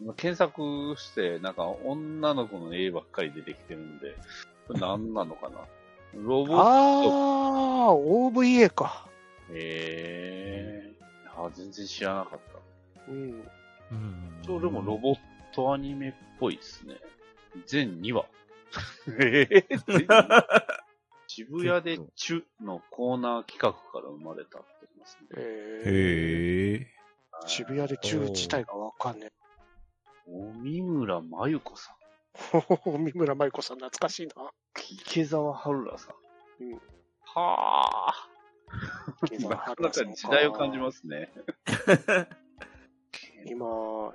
Speaker 4: 今検索して、なんか女の子の絵ばっかり出てきてるんで、これ何なのかなロボット。
Speaker 1: ああ、OVA か。
Speaker 4: へえー。あ、全然知らなかった。
Speaker 1: うん。
Speaker 2: うん
Speaker 4: それも ロボットアニメっぽいですね。全2話。ええ 渋谷でチュのコーナー企画から生まれたって言いますね。
Speaker 1: え
Speaker 6: へえ。
Speaker 1: ー、渋谷で中自体がわかんね
Speaker 4: お三村真由子さん、
Speaker 1: え。 三村舞子さん懐かしいな。
Speaker 4: 池澤春菜さん。
Speaker 1: うん。
Speaker 4: はあ。なかなか時代を感じますすね。
Speaker 1: 今、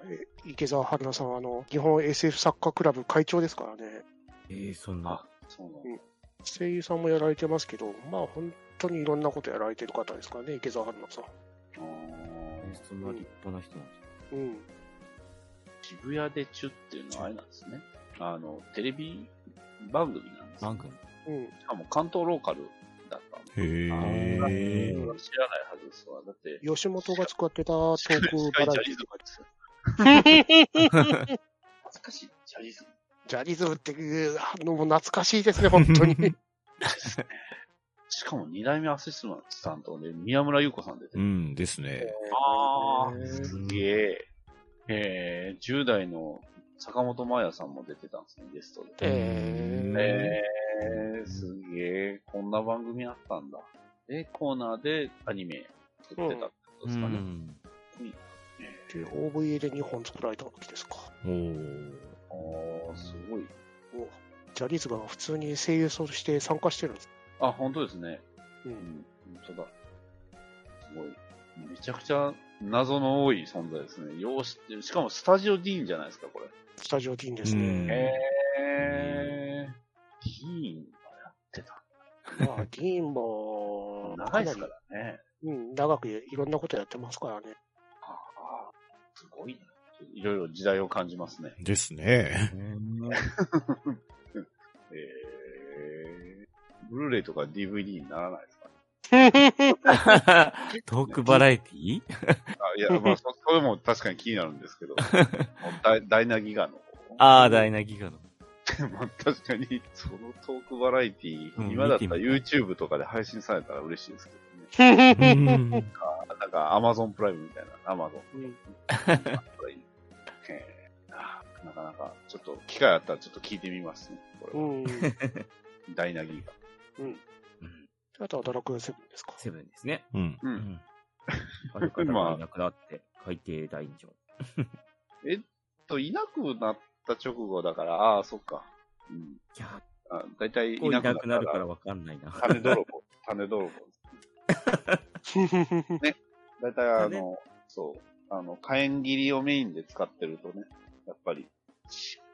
Speaker 1: え池澤春菜さんはあの、日本 SF サッカークラブ会長ですからね。
Speaker 2: えー、そんな
Speaker 4: あ。、そうなんだ
Speaker 1: 声優さんもやられてますけど、まあ本当にいろんなことやられてる方ですからね、池澤春菜さ
Speaker 4: あ
Speaker 2: え
Speaker 4: ー
Speaker 2: ー、そんな立派な人なんですね
Speaker 1: ん。うん。
Speaker 4: 渋谷でチュっていうのはあれなんですね。あの、テレビ番組なんです
Speaker 2: 番組。
Speaker 1: うん。
Speaker 4: しかも関東ローカルだったんで
Speaker 6: へ
Speaker 4: 知ら
Speaker 6: え
Speaker 4: ない。はずですわ。だ って、
Speaker 1: 吉本が使ってたトークバラエティとかです。
Speaker 4: 恥ずかしい。ジャリズム。
Speaker 1: ジャニーズっていうのも懐かしいですね、本当に。
Speaker 4: しかも二代目アシスタントで宮村優子さん出て
Speaker 6: う
Speaker 4: る。
Speaker 6: んですね。
Speaker 4: あー
Speaker 1: ね
Speaker 4: すげえ。えー、10代の坂本真也さんも出てたんですね、ゲストで。
Speaker 1: えー
Speaker 4: えー、すげえ。こんな番組あったんだ。で、コーナーでアニメ作ってたってことですかね。
Speaker 1: で OVA で2本作られたわけですか。
Speaker 6: おー
Speaker 4: あー、すごい。
Speaker 1: おジャニーズが普通に声優として参加してるんです。
Speaker 4: あ、本当ですね。
Speaker 1: う。
Speaker 4: うんん、本当だ。すごい。めちゃくちゃ謎の多い存在ですね。よう知ってる。しかもスタジオディーンじゃないですか、これ。
Speaker 1: スタジオティーンですね。
Speaker 4: へえ。ディーンがやってた。
Speaker 1: まあ、ディーンも、
Speaker 4: 長いです
Speaker 1: か
Speaker 4: か
Speaker 1: な
Speaker 4: らね。
Speaker 1: りうん、長くいろんなことやってますからね。
Speaker 4: ああ、すごいな。いろいろ時代を感じますね。
Speaker 6: ですね。
Speaker 4: えー、ブルーレイとか DVD にならないですか
Speaker 2: トークバラエティ
Speaker 4: あいや、まあ、そそれも確かに気になるんですけど、もうダイダイナギガの方。
Speaker 2: ああ、ダイナギガの。
Speaker 4: まあ確かに、そのトークバラエティ
Speaker 2: うん
Speaker 4: 今だったら
Speaker 2: 見てみ
Speaker 4: YouTube とかで配信されたら嬉しいですけどね。
Speaker 6: うん
Speaker 4: あなんか Amazon プライムみたいな、Amazon。
Speaker 1: うん
Speaker 4: へーあなかなか、ちょっと、機会あったらちょっと聞いてみますね。これ
Speaker 1: う
Speaker 4: は、
Speaker 1: ん。
Speaker 4: ダイナギーが。
Speaker 1: あとはドラクエセブンですか。
Speaker 2: セブンですね。
Speaker 6: うん。
Speaker 4: う。
Speaker 2: うんん。ある方がいなくなって、海底大丈夫。
Speaker 4: と、いなくなった直後だから、ああ、そっか。うん。
Speaker 2: いや、
Speaker 4: あ大体
Speaker 2: こい
Speaker 4: いうなく
Speaker 2: なくな
Speaker 4: なる
Speaker 2: る
Speaker 4: か
Speaker 2: から
Speaker 4: ら、
Speaker 2: わかんないな。
Speaker 4: 種泥棒。種泥棒。大体あ
Speaker 2: だね
Speaker 4: の、そう、あの、火炎切りをメインで使ってるとね、やっぱり、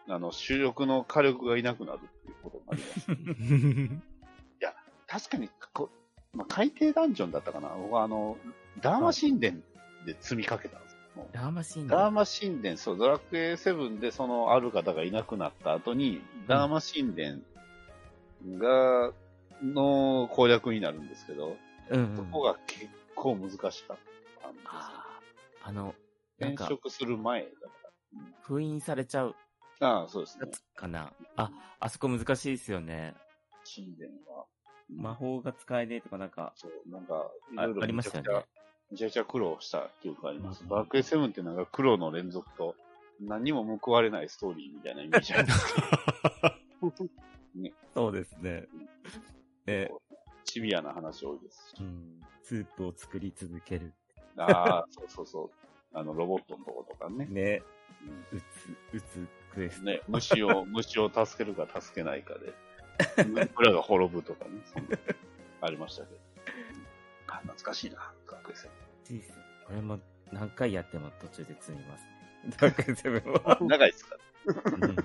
Speaker 4: あの、主力の火力がいなくなるっていうことにな ります。確かにこ、まあ、海底ダンジョンだったかな。僕はあの、ダーマ神殿で積みかけたんですよ。もう
Speaker 2: ラーマシン
Speaker 4: ダー
Speaker 2: だ。
Speaker 4: マ神殿、そう、ドラクエ7でそのある方がいなくなった後に、ダーマ神殿が、の攻略になるんですけど、
Speaker 2: うんう
Speaker 4: そ
Speaker 2: ん
Speaker 4: こ。が結構難しかったんですよ。
Speaker 2: あーあの、なん
Speaker 4: 転
Speaker 2: か、
Speaker 4: 職する前だか
Speaker 2: 封印されちゃう
Speaker 4: ら。ああ、そうです
Speaker 2: や
Speaker 4: ね。
Speaker 2: つかな。あ、あそこ難しいですよね。
Speaker 4: 神殿は。
Speaker 2: 魔法が使えねえとかなんか、
Speaker 4: そう、なんか、い
Speaker 2: あ
Speaker 4: ろいろ
Speaker 2: ありま
Speaker 4: めち
Speaker 2: した
Speaker 4: ゃく
Speaker 2: よ
Speaker 4: ちゃ
Speaker 2: ね、。
Speaker 4: めちゃくちゃ苦労した記憶があります。
Speaker 2: うん
Speaker 4: ドラクエ7ってなんか苦労の連続と、何も報われないストーリーみたいなイメージありますけど
Speaker 2: そうですね。え、
Speaker 4: シビアな話多いです
Speaker 2: う
Speaker 4: し。
Speaker 2: ん、スープを作り続ける。
Speaker 4: ああ、そうそうそう。あの、ロボットのとことかね。
Speaker 2: ね、
Speaker 4: うん
Speaker 2: 打つ、打つクエスト。
Speaker 4: ね、虫を、虫を助けるか助けないかで、村が滅ぶとかね、そんなありましたけど。 あ懐かしいな、ドラクエ7。
Speaker 2: これも何回やっても途中で積みますね。ドラクエセブンは。
Speaker 4: 長いですか
Speaker 2: うん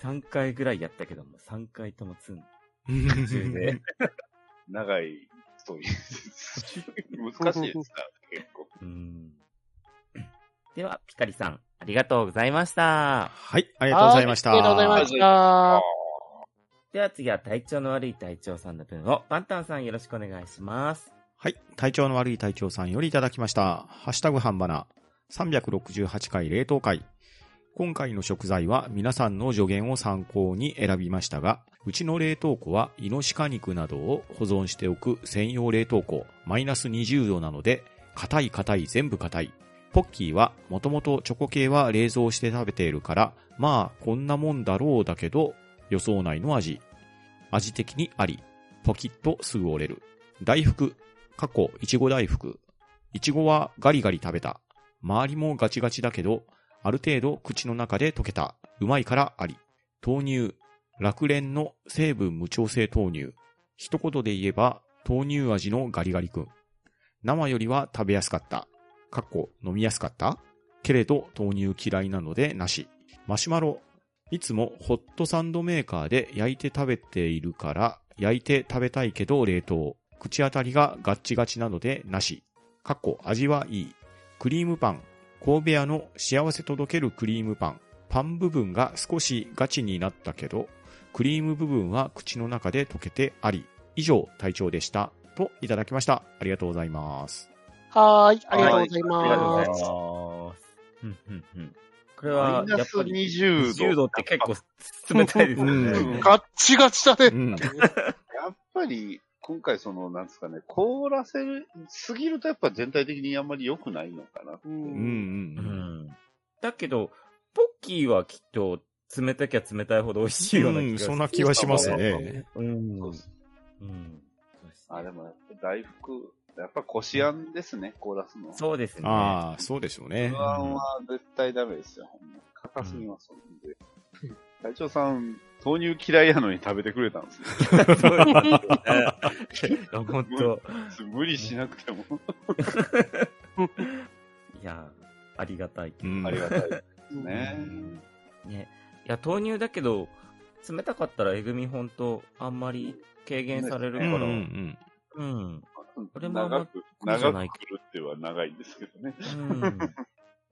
Speaker 2: 3回ぐらいやったけども、3回とも積んで、途中で。
Speaker 4: 長いストーリー。難しいで すから、結構。
Speaker 2: うんでは、ピカリさん、ありがとうございました。
Speaker 3: はい、ありがとうございました。
Speaker 1: ありがとうございました。
Speaker 2: では次は体調の悪い隊長さんの分を、パンタンさんよろしくお願いします。
Speaker 3: はい。体調の悪い隊長さんよりいただきました。ハッシュタグ半ばな368回冷凍会。今回の食材は皆さんの助言を参考に選びましたが、うちの冷凍庫はイノシカ肉などを保存しておく専用冷凍庫、マイナス20度なので、硬い硬い全部硬い。ポッキーはもともとチョコ系は冷蔵して食べているから、まあこんなもんだろうだけど、予想内の味。味的にあり、ポキッとすぐ折れる。大福、過去、いちご大福。いちごはガリガリ食べた。周りもガチガチだけど、ある程度口の中で溶けた。うまいからあり。豆乳。楽蓮の成分無調整豆乳。一言で言えば、豆乳味のガリガリ君。生よりは食べやすかった。かっこ飲みやすかったけれど豆乳嫌いなのでなし。マシュマロ。いつもホットサンドメーカーで焼いて食べているから、焼いて食べたいけど冷凍。口当たりがガッチガチなのでなし。かっこ味はいい。クリームパン。神戸屋の幸せ届けるクリームパン。パン部分が少しガチになったけど、クリーム部分は口の中で溶けてあり。以上、隊長でした。といただきました。ありがとうございます。
Speaker 1: はーい、ありがとうござい
Speaker 4: ありがとうござ
Speaker 1: ま
Speaker 4: い
Speaker 1: す
Speaker 4: ま。す
Speaker 2: うんうんうんこれ
Speaker 4: マ
Speaker 2: は
Speaker 4: イ、
Speaker 2: や
Speaker 4: ナ
Speaker 2: っ
Speaker 4: ス
Speaker 2: ぱり、
Speaker 4: 20度。
Speaker 2: 10度って結構冷たいですよ
Speaker 3: うん
Speaker 2: ね。
Speaker 1: ガッチガチだね。
Speaker 3: ん。
Speaker 4: やっぱり、今回その、なんですかね、凍らせる、すぎるとやっぱ全体的にあんまり良くないのかな。
Speaker 1: う
Speaker 3: うんん
Speaker 2: う
Speaker 3: うん。
Speaker 2: んだけど、ポッキーはきっと冷たきゃ冷たいほど美味しいような気
Speaker 3: うん
Speaker 2: がする
Speaker 3: そんな気はしますね。
Speaker 2: うん。
Speaker 4: そううんです
Speaker 2: そうです
Speaker 4: あ、でもやっぱ大福、やっぱこしあんですね、凍らすの。
Speaker 2: そうですね。
Speaker 3: ああ、そうでしょうね
Speaker 4: 不。安は絶対ダメですよ、ほんま。硬すぎますもんで。隊長さん、豆乳嫌いやのに食べてくれたんですね。
Speaker 2: そうです ね。本当。
Speaker 4: 無理しなくても。
Speaker 2: いや、ありがたいけど。
Speaker 3: うん
Speaker 4: ありがたいですね。
Speaker 2: ね。いや、豆乳だけど、冷たかったらえぐみほんと、あんまり軽減される
Speaker 3: う
Speaker 2: か
Speaker 3: ん
Speaker 2: ら、
Speaker 3: うんうん。
Speaker 2: うん。俺もあんま
Speaker 4: 長く、
Speaker 2: 得意じゃ
Speaker 4: 長
Speaker 2: ない
Speaker 4: く来るっては長いんですけどね。
Speaker 2: うん。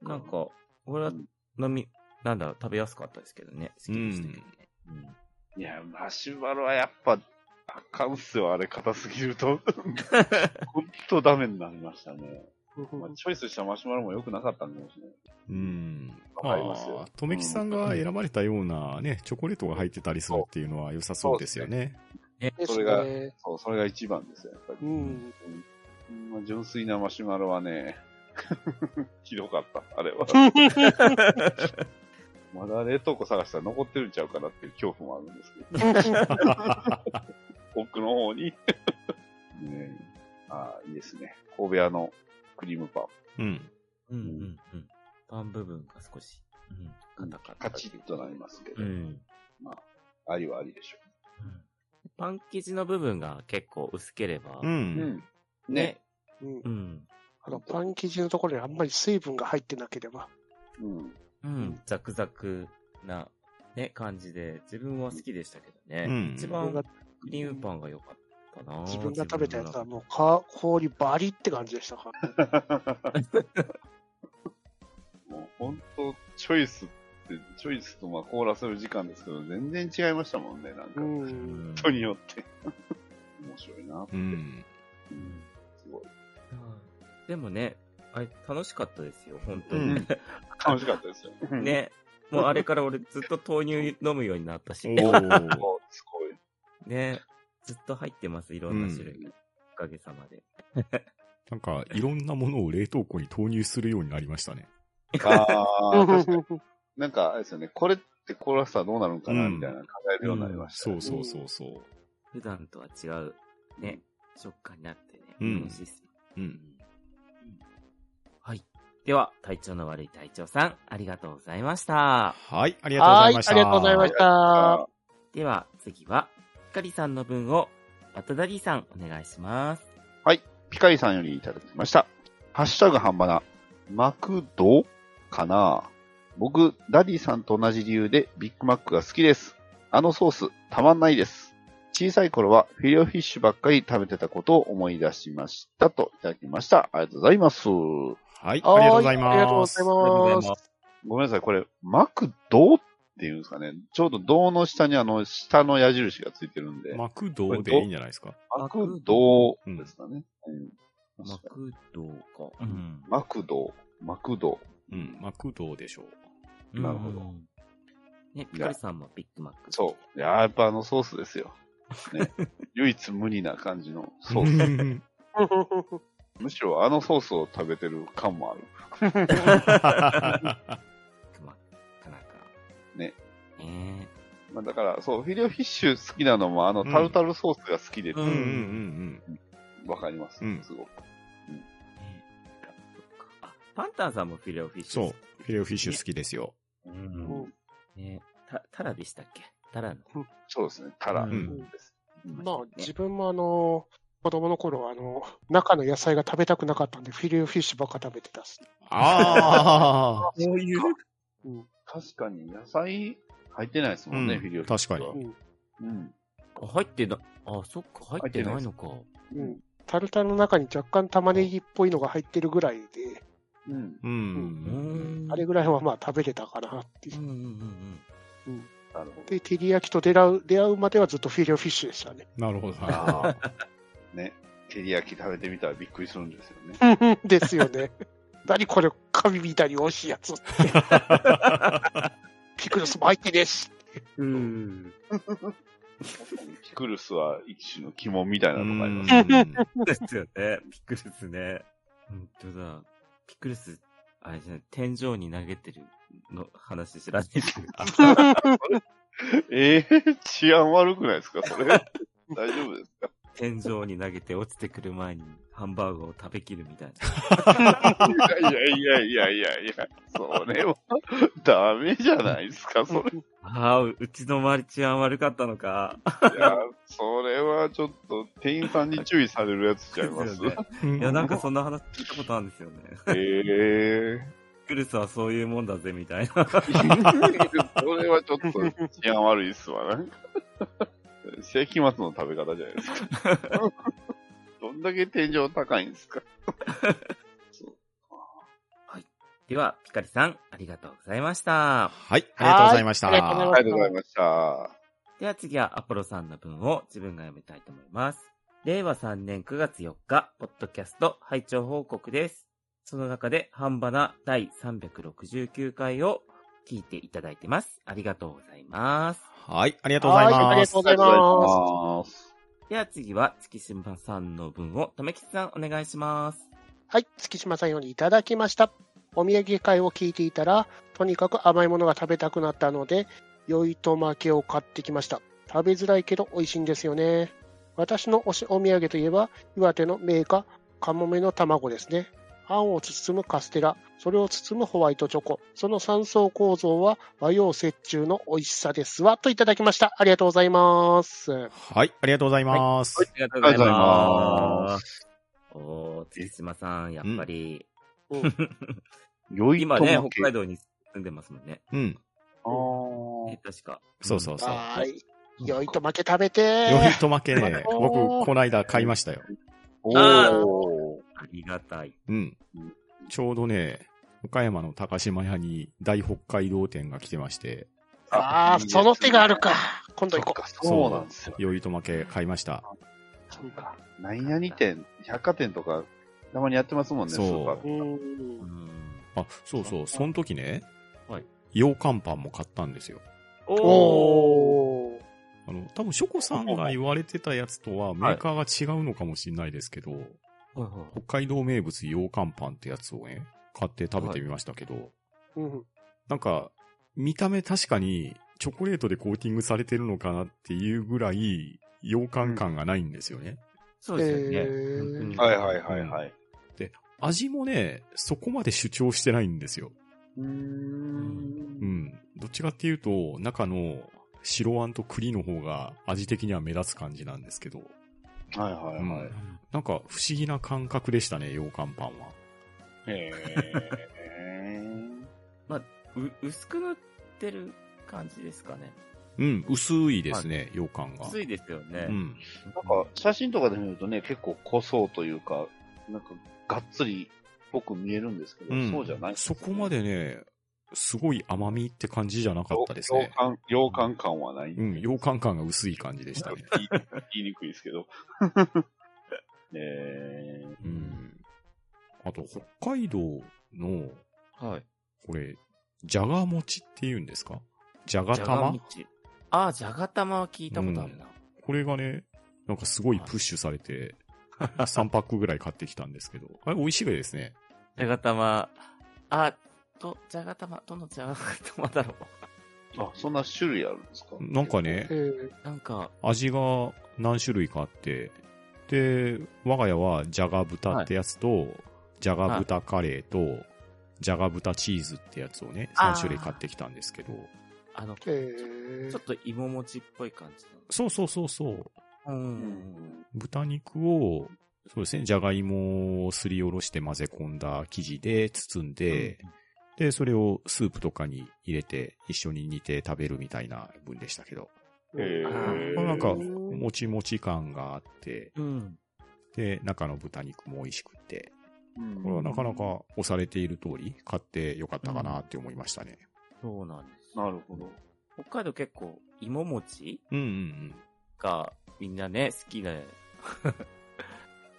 Speaker 2: なんか、俺は飲み、なんだろう、食べやすかったですけどね。好きでしたけどね。うん
Speaker 4: いや、マシュマロはやっぱ、あかんっすよ、あれ、硬すぎると。 ほんとダメになりましたね。まあ、チョイスしたマシュマロも良くなかったんでしょうね。
Speaker 3: うん。
Speaker 4: わかりますよ。
Speaker 3: とめきさんが選ばれたようなね、チョコレートが入ってたりするっていうのは良さそうですよね。
Speaker 1: です
Speaker 4: それが
Speaker 1: ね。
Speaker 4: そう、それが一番ですよ、やっぱり。
Speaker 1: うん。
Speaker 4: うんまあ、純粋なマシュマロはね、 ひどかった、あれは。まだ冷凍庫探したら残ってるんちゃうかなっていう恐怖もあるんですけ ど、奥の方に。ねえああ、いいですね。神戸屋のクリームパン。
Speaker 3: うん。
Speaker 2: うんうんうん。パン部分が少し、うん、硬かった。
Speaker 4: カチッとなりますけ
Speaker 2: う
Speaker 4: ど、
Speaker 2: ん。
Speaker 4: ありはありでしょ
Speaker 2: パン生地の部分が結構薄ければ、
Speaker 3: う
Speaker 4: う。
Speaker 3: ん。
Speaker 4: うん。ね。
Speaker 1: うん
Speaker 2: うん。
Speaker 1: あの、パン生地のところにあんまり水分が入ってなければ。
Speaker 4: うん。
Speaker 2: うん。ザクザクな、ね、感じで、自分は好きでしたけどね。
Speaker 3: うん
Speaker 2: 一
Speaker 1: 自分
Speaker 2: 番
Speaker 1: が
Speaker 2: クリームパンが良かったな
Speaker 1: 自分が食べたやつは
Speaker 2: 自
Speaker 1: もうか、氷バリって感じでしたから。
Speaker 4: もう本当チョイスって、チョイスとまあ凍らせる時間ですけど、全然違いましたもんね、なんか。
Speaker 1: う
Speaker 2: 分の
Speaker 1: ん。
Speaker 2: 中
Speaker 4: 人
Speaker 2: で。
Speaker 4: によ って。面白いな。
Speaker 3: うん。
Speaker 4: うんすごい。
Speaker 2: うんでもね、あれ、楽しかったですよ、本当
Speaker 3: う
Speaker 2: に。
Speaker 3: ん。
Speaker 4: 楽しかったですよ。
Speaker 2: ね。もうあれから俺ずっと豆乳飲むようになった し、
Speaker 3: おー
Speaker 4: もうすごい。
Speaker 2: ね。ずっと入ってます、いろんな種類が。おかげさまで。
Speaker 3: なんか、いろんなものを冷凍庫に投入するようになりましたね。
Speaker 4: ああ、確かに。なんか、あれですよね、これって凍らせたらどうなるんかな、
Speaker 3: うん
Speaker 4: みたいな考えるようになりました。
Speaker 3: そうそうそうそ
Speaker 2: 普段とは違う、ね、食感になってね、
Speaker 3: うん
Speaker 2: 楽しいっすよ
Speaker 3: う。うん。
Speaker 2: はい。では、体調の悪い隊長さん、ありがとうございました。
Speaker 3: はい、ありがとうご
Speaker 1: は
Speaker 3: ざ
Speaker 1: い、あ
Speaker 3: いま
Speaker 1: り
Speaker 3: した。
Speaker 1: がとうございました。
Speaker 2: では、次は、ひかりさんの分を、バトダディさん、お願いします。
Speaker 4: ピカリさんよりいただきました。ハッシュタグ半ばな。マクドかな僕、ダディさんと同じ理由でビッグマックが好きです。あのソース、たまんないです。小さい頃はフィレオフィッシュばっかり食べてたことを思い出しましたといただきました。ありがとうございます。ご
Speaker 3: はい、ありがとうございます。
Speaker 1: ありがとうござい
Speaker 2: ありがとうござい
Speaker 1: ま。
Speaker 2: ますす。
Speaker 4: めんなさい、これ、マクドっていうんですかね。ちょうど銅の下にあの、下の矢印がついてるんで。
Speaker 3: マクドでいいんじゃないですか。
Speaker 4: マクドですかね。うん
Speaker 2: マクドか。
Speaker 7: うん。
Speaker 4: マクド、マクド。
Speaker 3: うん、マクドでしょう。
Speaker 4: なるほど
Speaker 2: うん。ね、ピカリさんもビッグマック。
Speaker 4: そう。いやーやっぱあのソースですよ。 ね、唯一無二な感じの ソース。
Speaker 3: う。
Speaker 4: むしろあのソースを食べてる感もある。
Speaker 2: ビッグマック。田中。
Speaker 4: ね。
Speaker 2: ね
Speaker 4: まあ、だから、そう、フィレオフィッシュ好きなのも、あの、タルタルソースが好きで、
Speaker 2: う
Speaker 4: わ、
Speaker 3: うんうんうんん
Speaker 4: かります、
Speaker 3: うん
Speaker 4: すごく。
Speaker 2: えねえそっかあ、パンタンさんもフィレオフィッシ
Speaker 3: そ
Speaker 2: ュ。
Speaker 3: う。フィレオフィッシュ好きですよ。
Speaker 2: う。
Speaker 1: うんん
Speaker 2: ねた、タラでしたっけタラの。
Speaker 4: そうですね、タラ
Speaker 2: うん
Speaker 4: です。
Speaker 1: まあ、自分もあの、子供の頃はあの、中の野菜が食べたくなかったんで、フィレオフィッシュばっか食べてたっす。
Speaker 3: ああ。
Speaker 2: そういう。
Speaker 1: うん。
Speaker 4: 確かに、野菜入ってないですもんね、
Speaker 3: うん
Speaker 4: フィレオフィッシュは。
Speaker 3: 確
Speaker 1: かに
Speaker 4: うん。
Speaker 2: 入ってな、あ、そっか、入ってないのか。
Speaker 1: うん。タルタルの中に若干玉ねぎっぽいのが入ってるぐらいで、
Speaker 4: うん。
Speaker 3: うん
Speaker 2: うーん。
Speaker 1: あれぐらいはまあ食べれたかなっていうう。
Speaker 2: んうんうん
Speaker 4: なるほど。
Speaker 1: で、照り焼きと出会う出会うまではずっとフィレオフィッシュでしたね。
Speaker 3: なるほど。は
Speaker 4: ああ。 ね、照り焼き食べてみたらびっくりするんですよね。
Speaker 1: ですよね。何これ、神みたいに美味しいやつって。ピクルスも入ってねえし。
Speaker 2: うん。うん。
Speaker 4: ピクルスは一種の鬼門みたいなのがあります。
Speaker 3: うん
Speaker 2: ですよね。ピクルスね。本当だ。ピクルス、あれじゃない、天井に投げてるの話知らない ですけど。
Speaker 4: ええ治安悪くないですかそ れ。大丈夫ですか
Speaker 2: 天井に投げて落ちてくる前にハンバーグを食べきるみたい
Speaker 4: いやいやいやいやいや、それはダメじゃないですか、 それ。
Speaker 2: な。ああ、うちの周り治安悪かったの か。
Speaker 4: いや、それはちょっと店員さんに注意されるやつちゃいま
Speaker 2: ですす。よね
Speaker 3: い
Speaker 2: いや、なんかそんな話聞いたことあるんですよ ね。
Speaker 4: ええ
Speaker 2: ピクルスはそういうもんだぜ、みたいな。
Speaker 4: それはちょっと治安悪いっすわ、なんか。世紀末の食べ方じゃないですか。 どんだけ天井高いんですか。
Speaker 2: では、ピカリさん、ありがとうございました。
Speaker 3: はい、ありがとうございまし
Speaker 1: はいありがとうございます。
Speaker 4: あり
Speaker 3: た
Speaker 4: がとうございました。
Speaker 2: では次はアポロさんの文を自分が読みたいと思います。令和3年9月4日、ポッドキャスト拝聴報告です。その中で、半ばな第369回を聞いていただいてます。ありがとうございます。
Speaker 3: はい、ありがとうござい
Speaker 1: はいあり
Speaker 3: ま
Speaker 1: が
Speaker 3: す
Speaker 1: と。うございます。
Speaker 4: す。
Speaker 2: では次は、月島さんの文を、とめきちさんお願いします。
Speaker 1: はい、月島さんよりいただきました。お土産会を聞いていたら、とにかく甘いものが食べたくなったので、酔いと負けを買ってきました。食べづらいけど美味しいんですよね。私の推しお土産といえば、岩手の銘菓、カモメの卵ですね。あんを包むカステラ、それを包むホワイトチョコ、その3層構造は和洋折衷の美味しさですわ、といただきました。ありがとうございます。
Speaker 3: はい、ありがとうございます。
Speaker 2: ありがとう。
Speaker 4: ございます
Speaker 2: おー、月島さん、やっぱり、
Speaker 4: 良い
Speaker 2: 今
Speaker 4: と
Speaker 2: ね、
Speaker 4: も
Speaker 2: 北海道に住んでますもんね。
Speaker 3: うん、
Speaker 2: ね確か。
Speaker 3: そうそうそう。
Speaker 1: はーい。酔いと負け食べて
Speaker 3: よいと負けね、
Speaker 1: おー
Speaker 3: 僕、こないだ買いましたよ。
Speaker 4: お
Speaker 2: あ
Speaker 4: ー。
Speaker 2: ありがたい。
Speaker 3: うん。ちょうどね、岡山の高島屋に大北海道店が来てまして、
Speaker 1: ああ、その手があるか。今度
Speaker 4: そっ
Speaker 1: 行こ
Speaker 4: か、そうなんですよ。
Speaker 3: よいと負け買いました。
Speaker 1: う。そうか。
Speaker 4: 何々店、百貨店とか、たまにやってますもんね、ス
Speaker 3: そう
Speaker 4: ーパー
Speaker 1: う。
Speaker 4: で。
Speaker 2: うんん。
Speaker 3: あ、そうそう、その時ね、
Speaker 2: はい。
Speaker 3: 羊羹パンも買ったんですよ。
Speaker 2: ー。
Speaker 1: おー。
Speaker 3: あの、多分、ショコさんが言われてたやつとはメーカーが違うのかもしれないですけど、
Speaker 2: はいはい
Speaker 3: 北海道名物羊羹パンってやつをね、買って食べてみましたけど、
Speaker 1: うん。
Speaker 3: なんか、見た目確かにチョコレートでコーティングされてるのかなっていうぐらい、羊羹感がないんですよね。
Speaker 2: そうですよね。
Speaker 1: えー
Speaker 2: 本当に
Speaker 4: はいはいはいはい。
Speaker 3: 味もね、そこまで主張してないんですよ。
Speaker 4: うー。
Speaker 3: うんん。どっちかっていうと、中の白あんと栗の方が味的には目立つ感じなんですけど、
Speaker 4: はいは
Speaker 3: う
Speaker 4: いはい
Speaker 3: ん。なんか不思議な感覚でしたね、羊羹パンは。
Speaker 4: へえ。
Speaker 2: う薄く塗ってる感じですかね。
Speaker 3: うん、薄いですね、羊羹が。
Speaker 2: 薄いですよね。
Speaker 3: うん。
Speaker 4: なんか、写真とかで見るとね、結構濃そうというか、なんか、がっつりっぽく見えるんですけど、
Speaker 3: うん
Speaker 4: そうじゃない
Speaker 3: そこまでね、すごい甘みって感じじゃなかったです
Speaker 4: 洋
Speaker 3: ね。
Speaker 4: 館、洋館感はない。
Speaker 3: うん、羊羹感が薄い感じでしたね。
Speaker 4: 言い言いにくいですけ ど。えー、
Speaker 3: うん。あと、北海道の、
Speaker 2: はい。
Speaker 3: これ、じゃが餅って言うんですかじゃが
Speaker 2: じゃが
Speaker 3: 玉
Speaker 2: 餅。ああ、じゃが玉は聞いたことあるな。
Speaker 3: これがね、なんかすごいプッシュされて、3パックぐらい買ってきたんですけど、あれ美味しいですね。
Speaker 2: じゃが玉、あ、と、じゃが玉、どのじゃが玉だろ
Speaker 4: あ、そんな種類あるんですか
Speaker 3: なんかね
Speaker 1: え、ー
Speaker 2: う。 なんか、
Speaker 3: 味が何種類かあって、で、我が家はじゃが豚ってやつと、じゃが豚カレーと、じゃが豚チーズってやつをね、
Speaker 2: あー
Speaker 3: 3種類買ってきたんですけど、
Speaker 2: あの、
Speaker 1: え
Speaker 2: ちょっと芋餅っぽい感じ
Speaker 3: そうそうそうそう、
Speaker 2: の。う。
Speaker 4: うんん。
Speaker 3: 豚肉を、そうですね、じゃがいもをすりおろして混ぜ込んだ生地で包んで、で、それをスープとかに入れて一緒に煮て食べるみたいな分でしたけど、
Speaker 4: えー、
Speaker 3: まあなんか、
Speaker 1: うん
Speaker 3: もちもち感があって、
Speaker 2: うん。
Speaker 3: で、中の豚肉も美味しくって、
Speaker 4: うん
Speaker 3: これはなかなか押されている通り、買ってよかったかなって思いましたね。
Speaker 2: そうなんです。
Speaker 4: なるほど。
Speaker 2: 北海道結構、芋餅
Speaker 3: うんうんうん。
Speaker 2: がみんな ね、好きで、普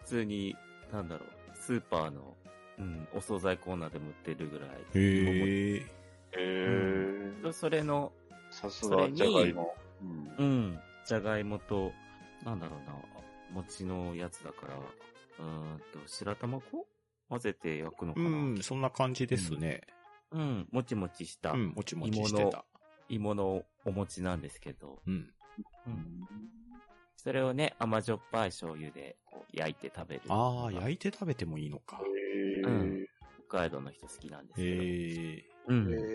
Speaker 2: 通に、なんだろう、スーパーの、うん、お惣菜コーナーでも売ってるぐらい。
Speaker 3: へえ。
Speaker 4: えー、
Speaker 2: 芋餅それの、
Speaker 4: さすが、じゃがいも。うん
Speaker 2: うん、じゃがいもと、なんだろうな、餅のやつだから、うーんと、白玉粉混ぜて焼くのか
Speaker 3: う
Speaker 2: な。
Speaker 3: ん、そんな感じですね。
Speaker 2: うん、もちもちした
Speaker 3: うん、もちもちしてた。
Speaker 2: 芋のお餅なんですけど、
Speaker 3: うん。
Speaker 2: それをね、甘じょっぱい醤油でこう焼いて食べる。
Speaker 3: ああ、焼いて食べてもいいのか。
Speaker 4: えー
Speaker 2: うん北海道の人好きなんです
Speaker 3: へ
Speaker 2: けど。
Speaker 3: え。
Speaker 1: え
Speaker 2: うん。
Speaker 1: ー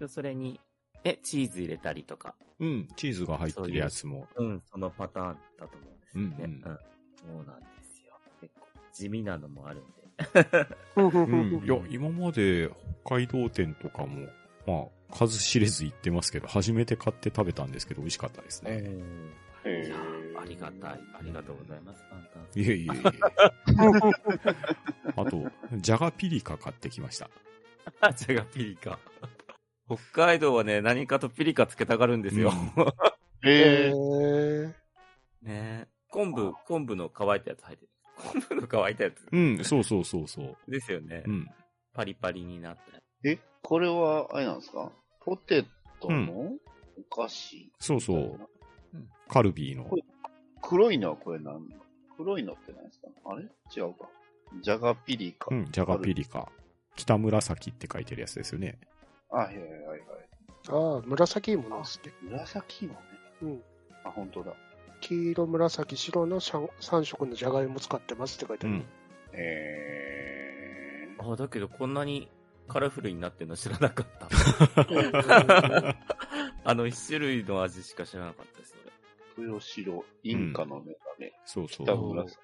Speaker 2: でそれに、え、チーズ入れたりとか、
Speaker 3: うん、チーズが入ってるやつも。
Speaker 2: うん、そのパターンだと思うんですよね。
Speaker 3: うんうん
Speaker 2: そうなんですよ。結構、地味なのもあるんで。
Speaker 3: うん、いや、今まで北海道店とかも、まあ、数知れず行ってますけど、初めて買って食べたんですけど、美味しかったですね。
Speaker 2: うん い
Speaker 4: え
Speaker 2: や
Speaker 4: ー
Speaker 2: ありがたい。ありがとうございます、パンタンさん
Speaker 3: いえいえい え。あと、じゃがピリカ買ってきました。
Speaker 2: あじゃがピリカ。 北海道はね、何かとピリカつけたがるんですよ。
Speaker 4: えー、
Speaker 1: え
Speaker 2: ねえ昆布、昆布の乾いたやつ入ってる。 昆布の乾いたやつ
Speaker 3: うん、そうそうそうそう。
Speaker 2: ですよね。
Speaker 3: うん。
Speaker 2: パリパリになったや
Speaker 4: え、これは、あれなんですかポテトのお菓子、
Speaker 3: そうそう。カルビーの。
Speaker 4: 黒いのはこれ何なの黒いのって何ですかあれ違うか。じゃがピリか。
Speaker 3: うん、じゃがピリカ。北紫って書いてるやつですよね。
Speaker 4: ある。あ、はいはいはいはい。
Speaker 1: ー、ああ、紫芋なんですね。
Speaker 4: 紫のね。
Speaker 1: うん。
Speaker 4: あ、本当だ。
Speaker 1: 黄色、紫、白の3色のじゃがいも使ってますって書いて
Speaker 3: う
Speaker 1: ある。
Speaker 3: ん。
Speaker 4: えー。
Speaker 2: つ。あ、だけどこんなにカラフルになってるの知らなかった。 あの、一種類の味しか知らなかったです、俺。
Speaker 4: 豊城、インカの目だね。
Speaker 3: そうそ
Speaker 4: 北
Speaker 3: う。
Speaker 4: 紫。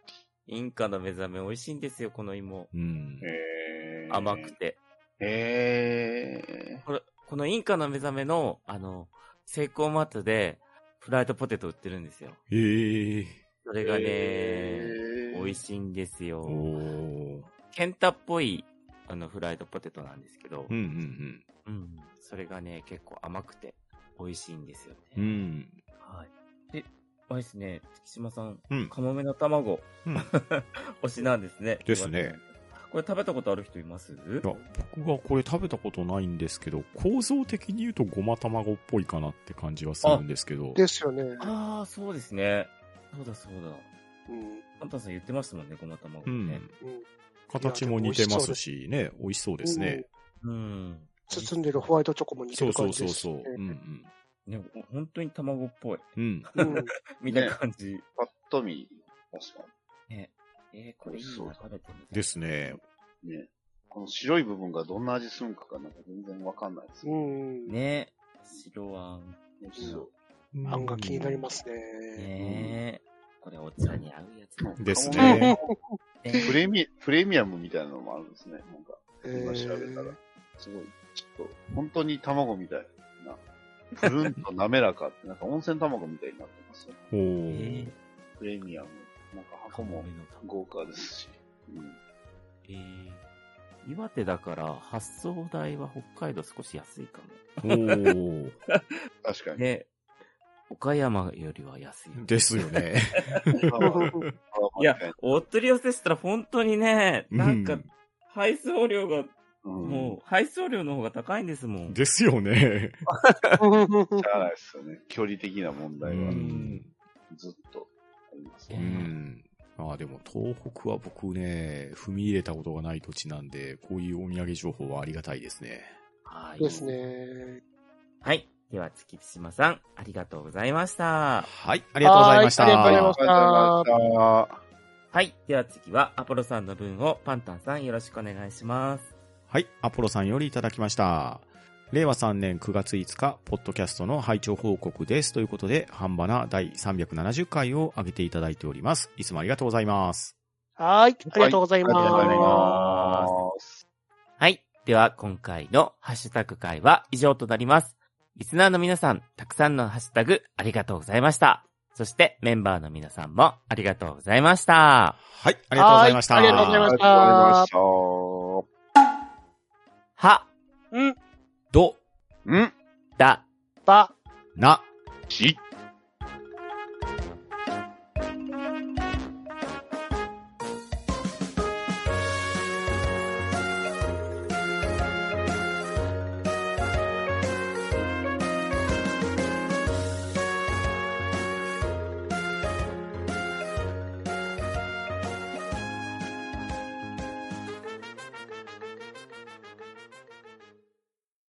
Speaker 2: インカの目覚め美味しいんですよ、この芋。
Speaker 3: うん。
Speaker 4: えー。
Speaker 2: 甘くて。
Speaker 4: え
Speaker 2: これ、このインカの目覚めの、あの、セイコーマートで、フライドポテト売ってるんですよ。
Speaker 3: へえ。
Speaker 2: それ
Speaker 4: ー。
Speaker 2: がね、
Speaker 4: えー
Speaker 2: 美味しいんです
Speaker 3: お
Speaker 2: よ。
Speaker 3: ー。
Speaker 2: ケンタっぽい、あの、フライドポテトなんですけど、
Speaker 3: うんうん
Speaker 2: うんそれがね、結構甘くて、美味しいんですよね。
Speaker 3: うん。うん。
Speaker 2: はい。で、あれですね、月島さん、
Speaker 3: うん。
Speaker 2: カモメの卵、
Speaker 3: うん
Speaker 2: 推しなんですね。
Speaker 3: ですね。
Speaker 2: これ食べたことある人います
Speaker 3: いや、僕はこれ食べたことないんですけど、構造的に言うとごま卵っぽいかなって感じはするんですけど。
Speaker 1: ですよね。
Speaker 2: ああ、そうですね。そうだそうだ。
Speaker 1: うん。
Speaker 2: パンタンさん言ってましたもんね、ごま卵
Speaker 3: う
Speaker 2: ね。
Speaker 3: ん。
Speaker 1: うん
Speaker 3: 形も似てますしね、美味しそうですね。
Speaker 2: うん。
Speaker 1: 包んでるホワイトチョコも似て
Speaker 3: そう
Speaker 1: る
Speaker 3: そ
Speaker 1: 感
Speaker 3: う
Speaker 1: じ
Speaker 3: そう
Speaker 1: です。
Speaker 3: そう。うん
Speaker 2: ね、本当に卵っぽい。
Speaker 3: うん。うん。
Speaker 1: うん。うん
Speaker 2: みたいな感じ。
Speaker 4: パッと見、確か
Speaker 2: ね。えー、これいいな、
Speaker 4: そう
Speaker 2: 食べてみたい。
Speaker 3: ですね。
Speaker 4: にね。この白い部分がどんな味するんかがなんか全然わかんないです
Speaker 1: う
Speaker 4: ね。
Speaker 1: ん。
Speaker 2: ね。白あん。
Speaker 4: 美味しそう。
Speaker 1: あんが気になりますね。
Speaker 2: ねえ。これお茶に合うやつなん
Speaker 3: です
Speaker 1: ね。
Speaker 2: で
Speaker 4: プレミ、プレミアムみたいなのもあるんですね。なんか、
Speaker 1: え
Speaker 4: 今調べたら。すごい、ちょっと、本当に卵みたいなぷるんと滑らかって、なんか温泉卵みたいになってますよ。
Speaker 3: お
Speaker 2: え
Speaker 3: ー
Speaker 2: ー
Speaker 4: プレミアム。なんか箱も
Speaker 2: 亀の卵
Speaker 4: 豪華ですし。うん。
Speaker 2: えー岩手だから発送代は北海道少し安いかも。
Speaker 3: おー。
Speaker 4: 確かに。
Speaker 2: ね。岡山よりは安い。
Speaker 3: ですよね。
Speaker 4: あー
Speaker 2: いや、お取り寄せしたら本当にね、なん
Speaker 3: う
Speaker 2: か
Speaker 3: ん、
Speaker 2: 配送料が、
Speaker 4: うん、
Speaker 2: もう、配送料の方が高いんですもん。
Speaker 3: ですよね。
Speaker 4: しゃあないですよね。距離的な問
Speaker 3: う
Speaker 4: 題は
Speaker 3: ん。
Speaker 4: ずっとあります
Speaker 3: う
Speaker 4: ね。
Speaker 3: ん。まあでも東北は僕ね、踏み入れたことがない土地なんで、こういうお土産情報はありがたいですね。
Speaker 2: はい。
Speaker 1: です。ね。
Speaker 2: はい。では、月島さん、ありがとうございました。
Speaker 3: はい、ありがとうございました。
Speaker 1: はいありがとうございま
Speaker 4: ありがとうございました。
Speaker 2: はい。では次は、アポロさんの分をパンタンさんよろしくお願いします。
Speaker 3: はい、アポロさんよりいただきました。令和3年9月5日、ポッドキャストの拝聴報告です。ということで、ハンバナ第370回を上げていただいております。いつもありがとうございます。
Speaker 1: はい、ありがとうござい
Speaker 4: ありがとうござい
Speaker 1: ま
Speaker 4: ます。
Speaker 2: はい。では、今回のハッシュタグ会は以上となります。リスナーの皆さん、たくさんのハッシュタグ、ありがとうございました。そして、メンバーの皆さんも、ありがとうございました。
Speaker 3: はい、ありがとうございました。
Speaker 1: はいありがとうございま
Speaker 4: あ
Speaker 1: し
Speaker 4: り
Speaker 1: た
Speaker 4: がとうございました。
Speaker 2: は、
Speaker 1: す。ん
Speaker 3: ど、
Speaker 4: ん
Speaker 2: だ、
Speaker 1: ば、
Speaker 3: な、
Speaker 4: ち、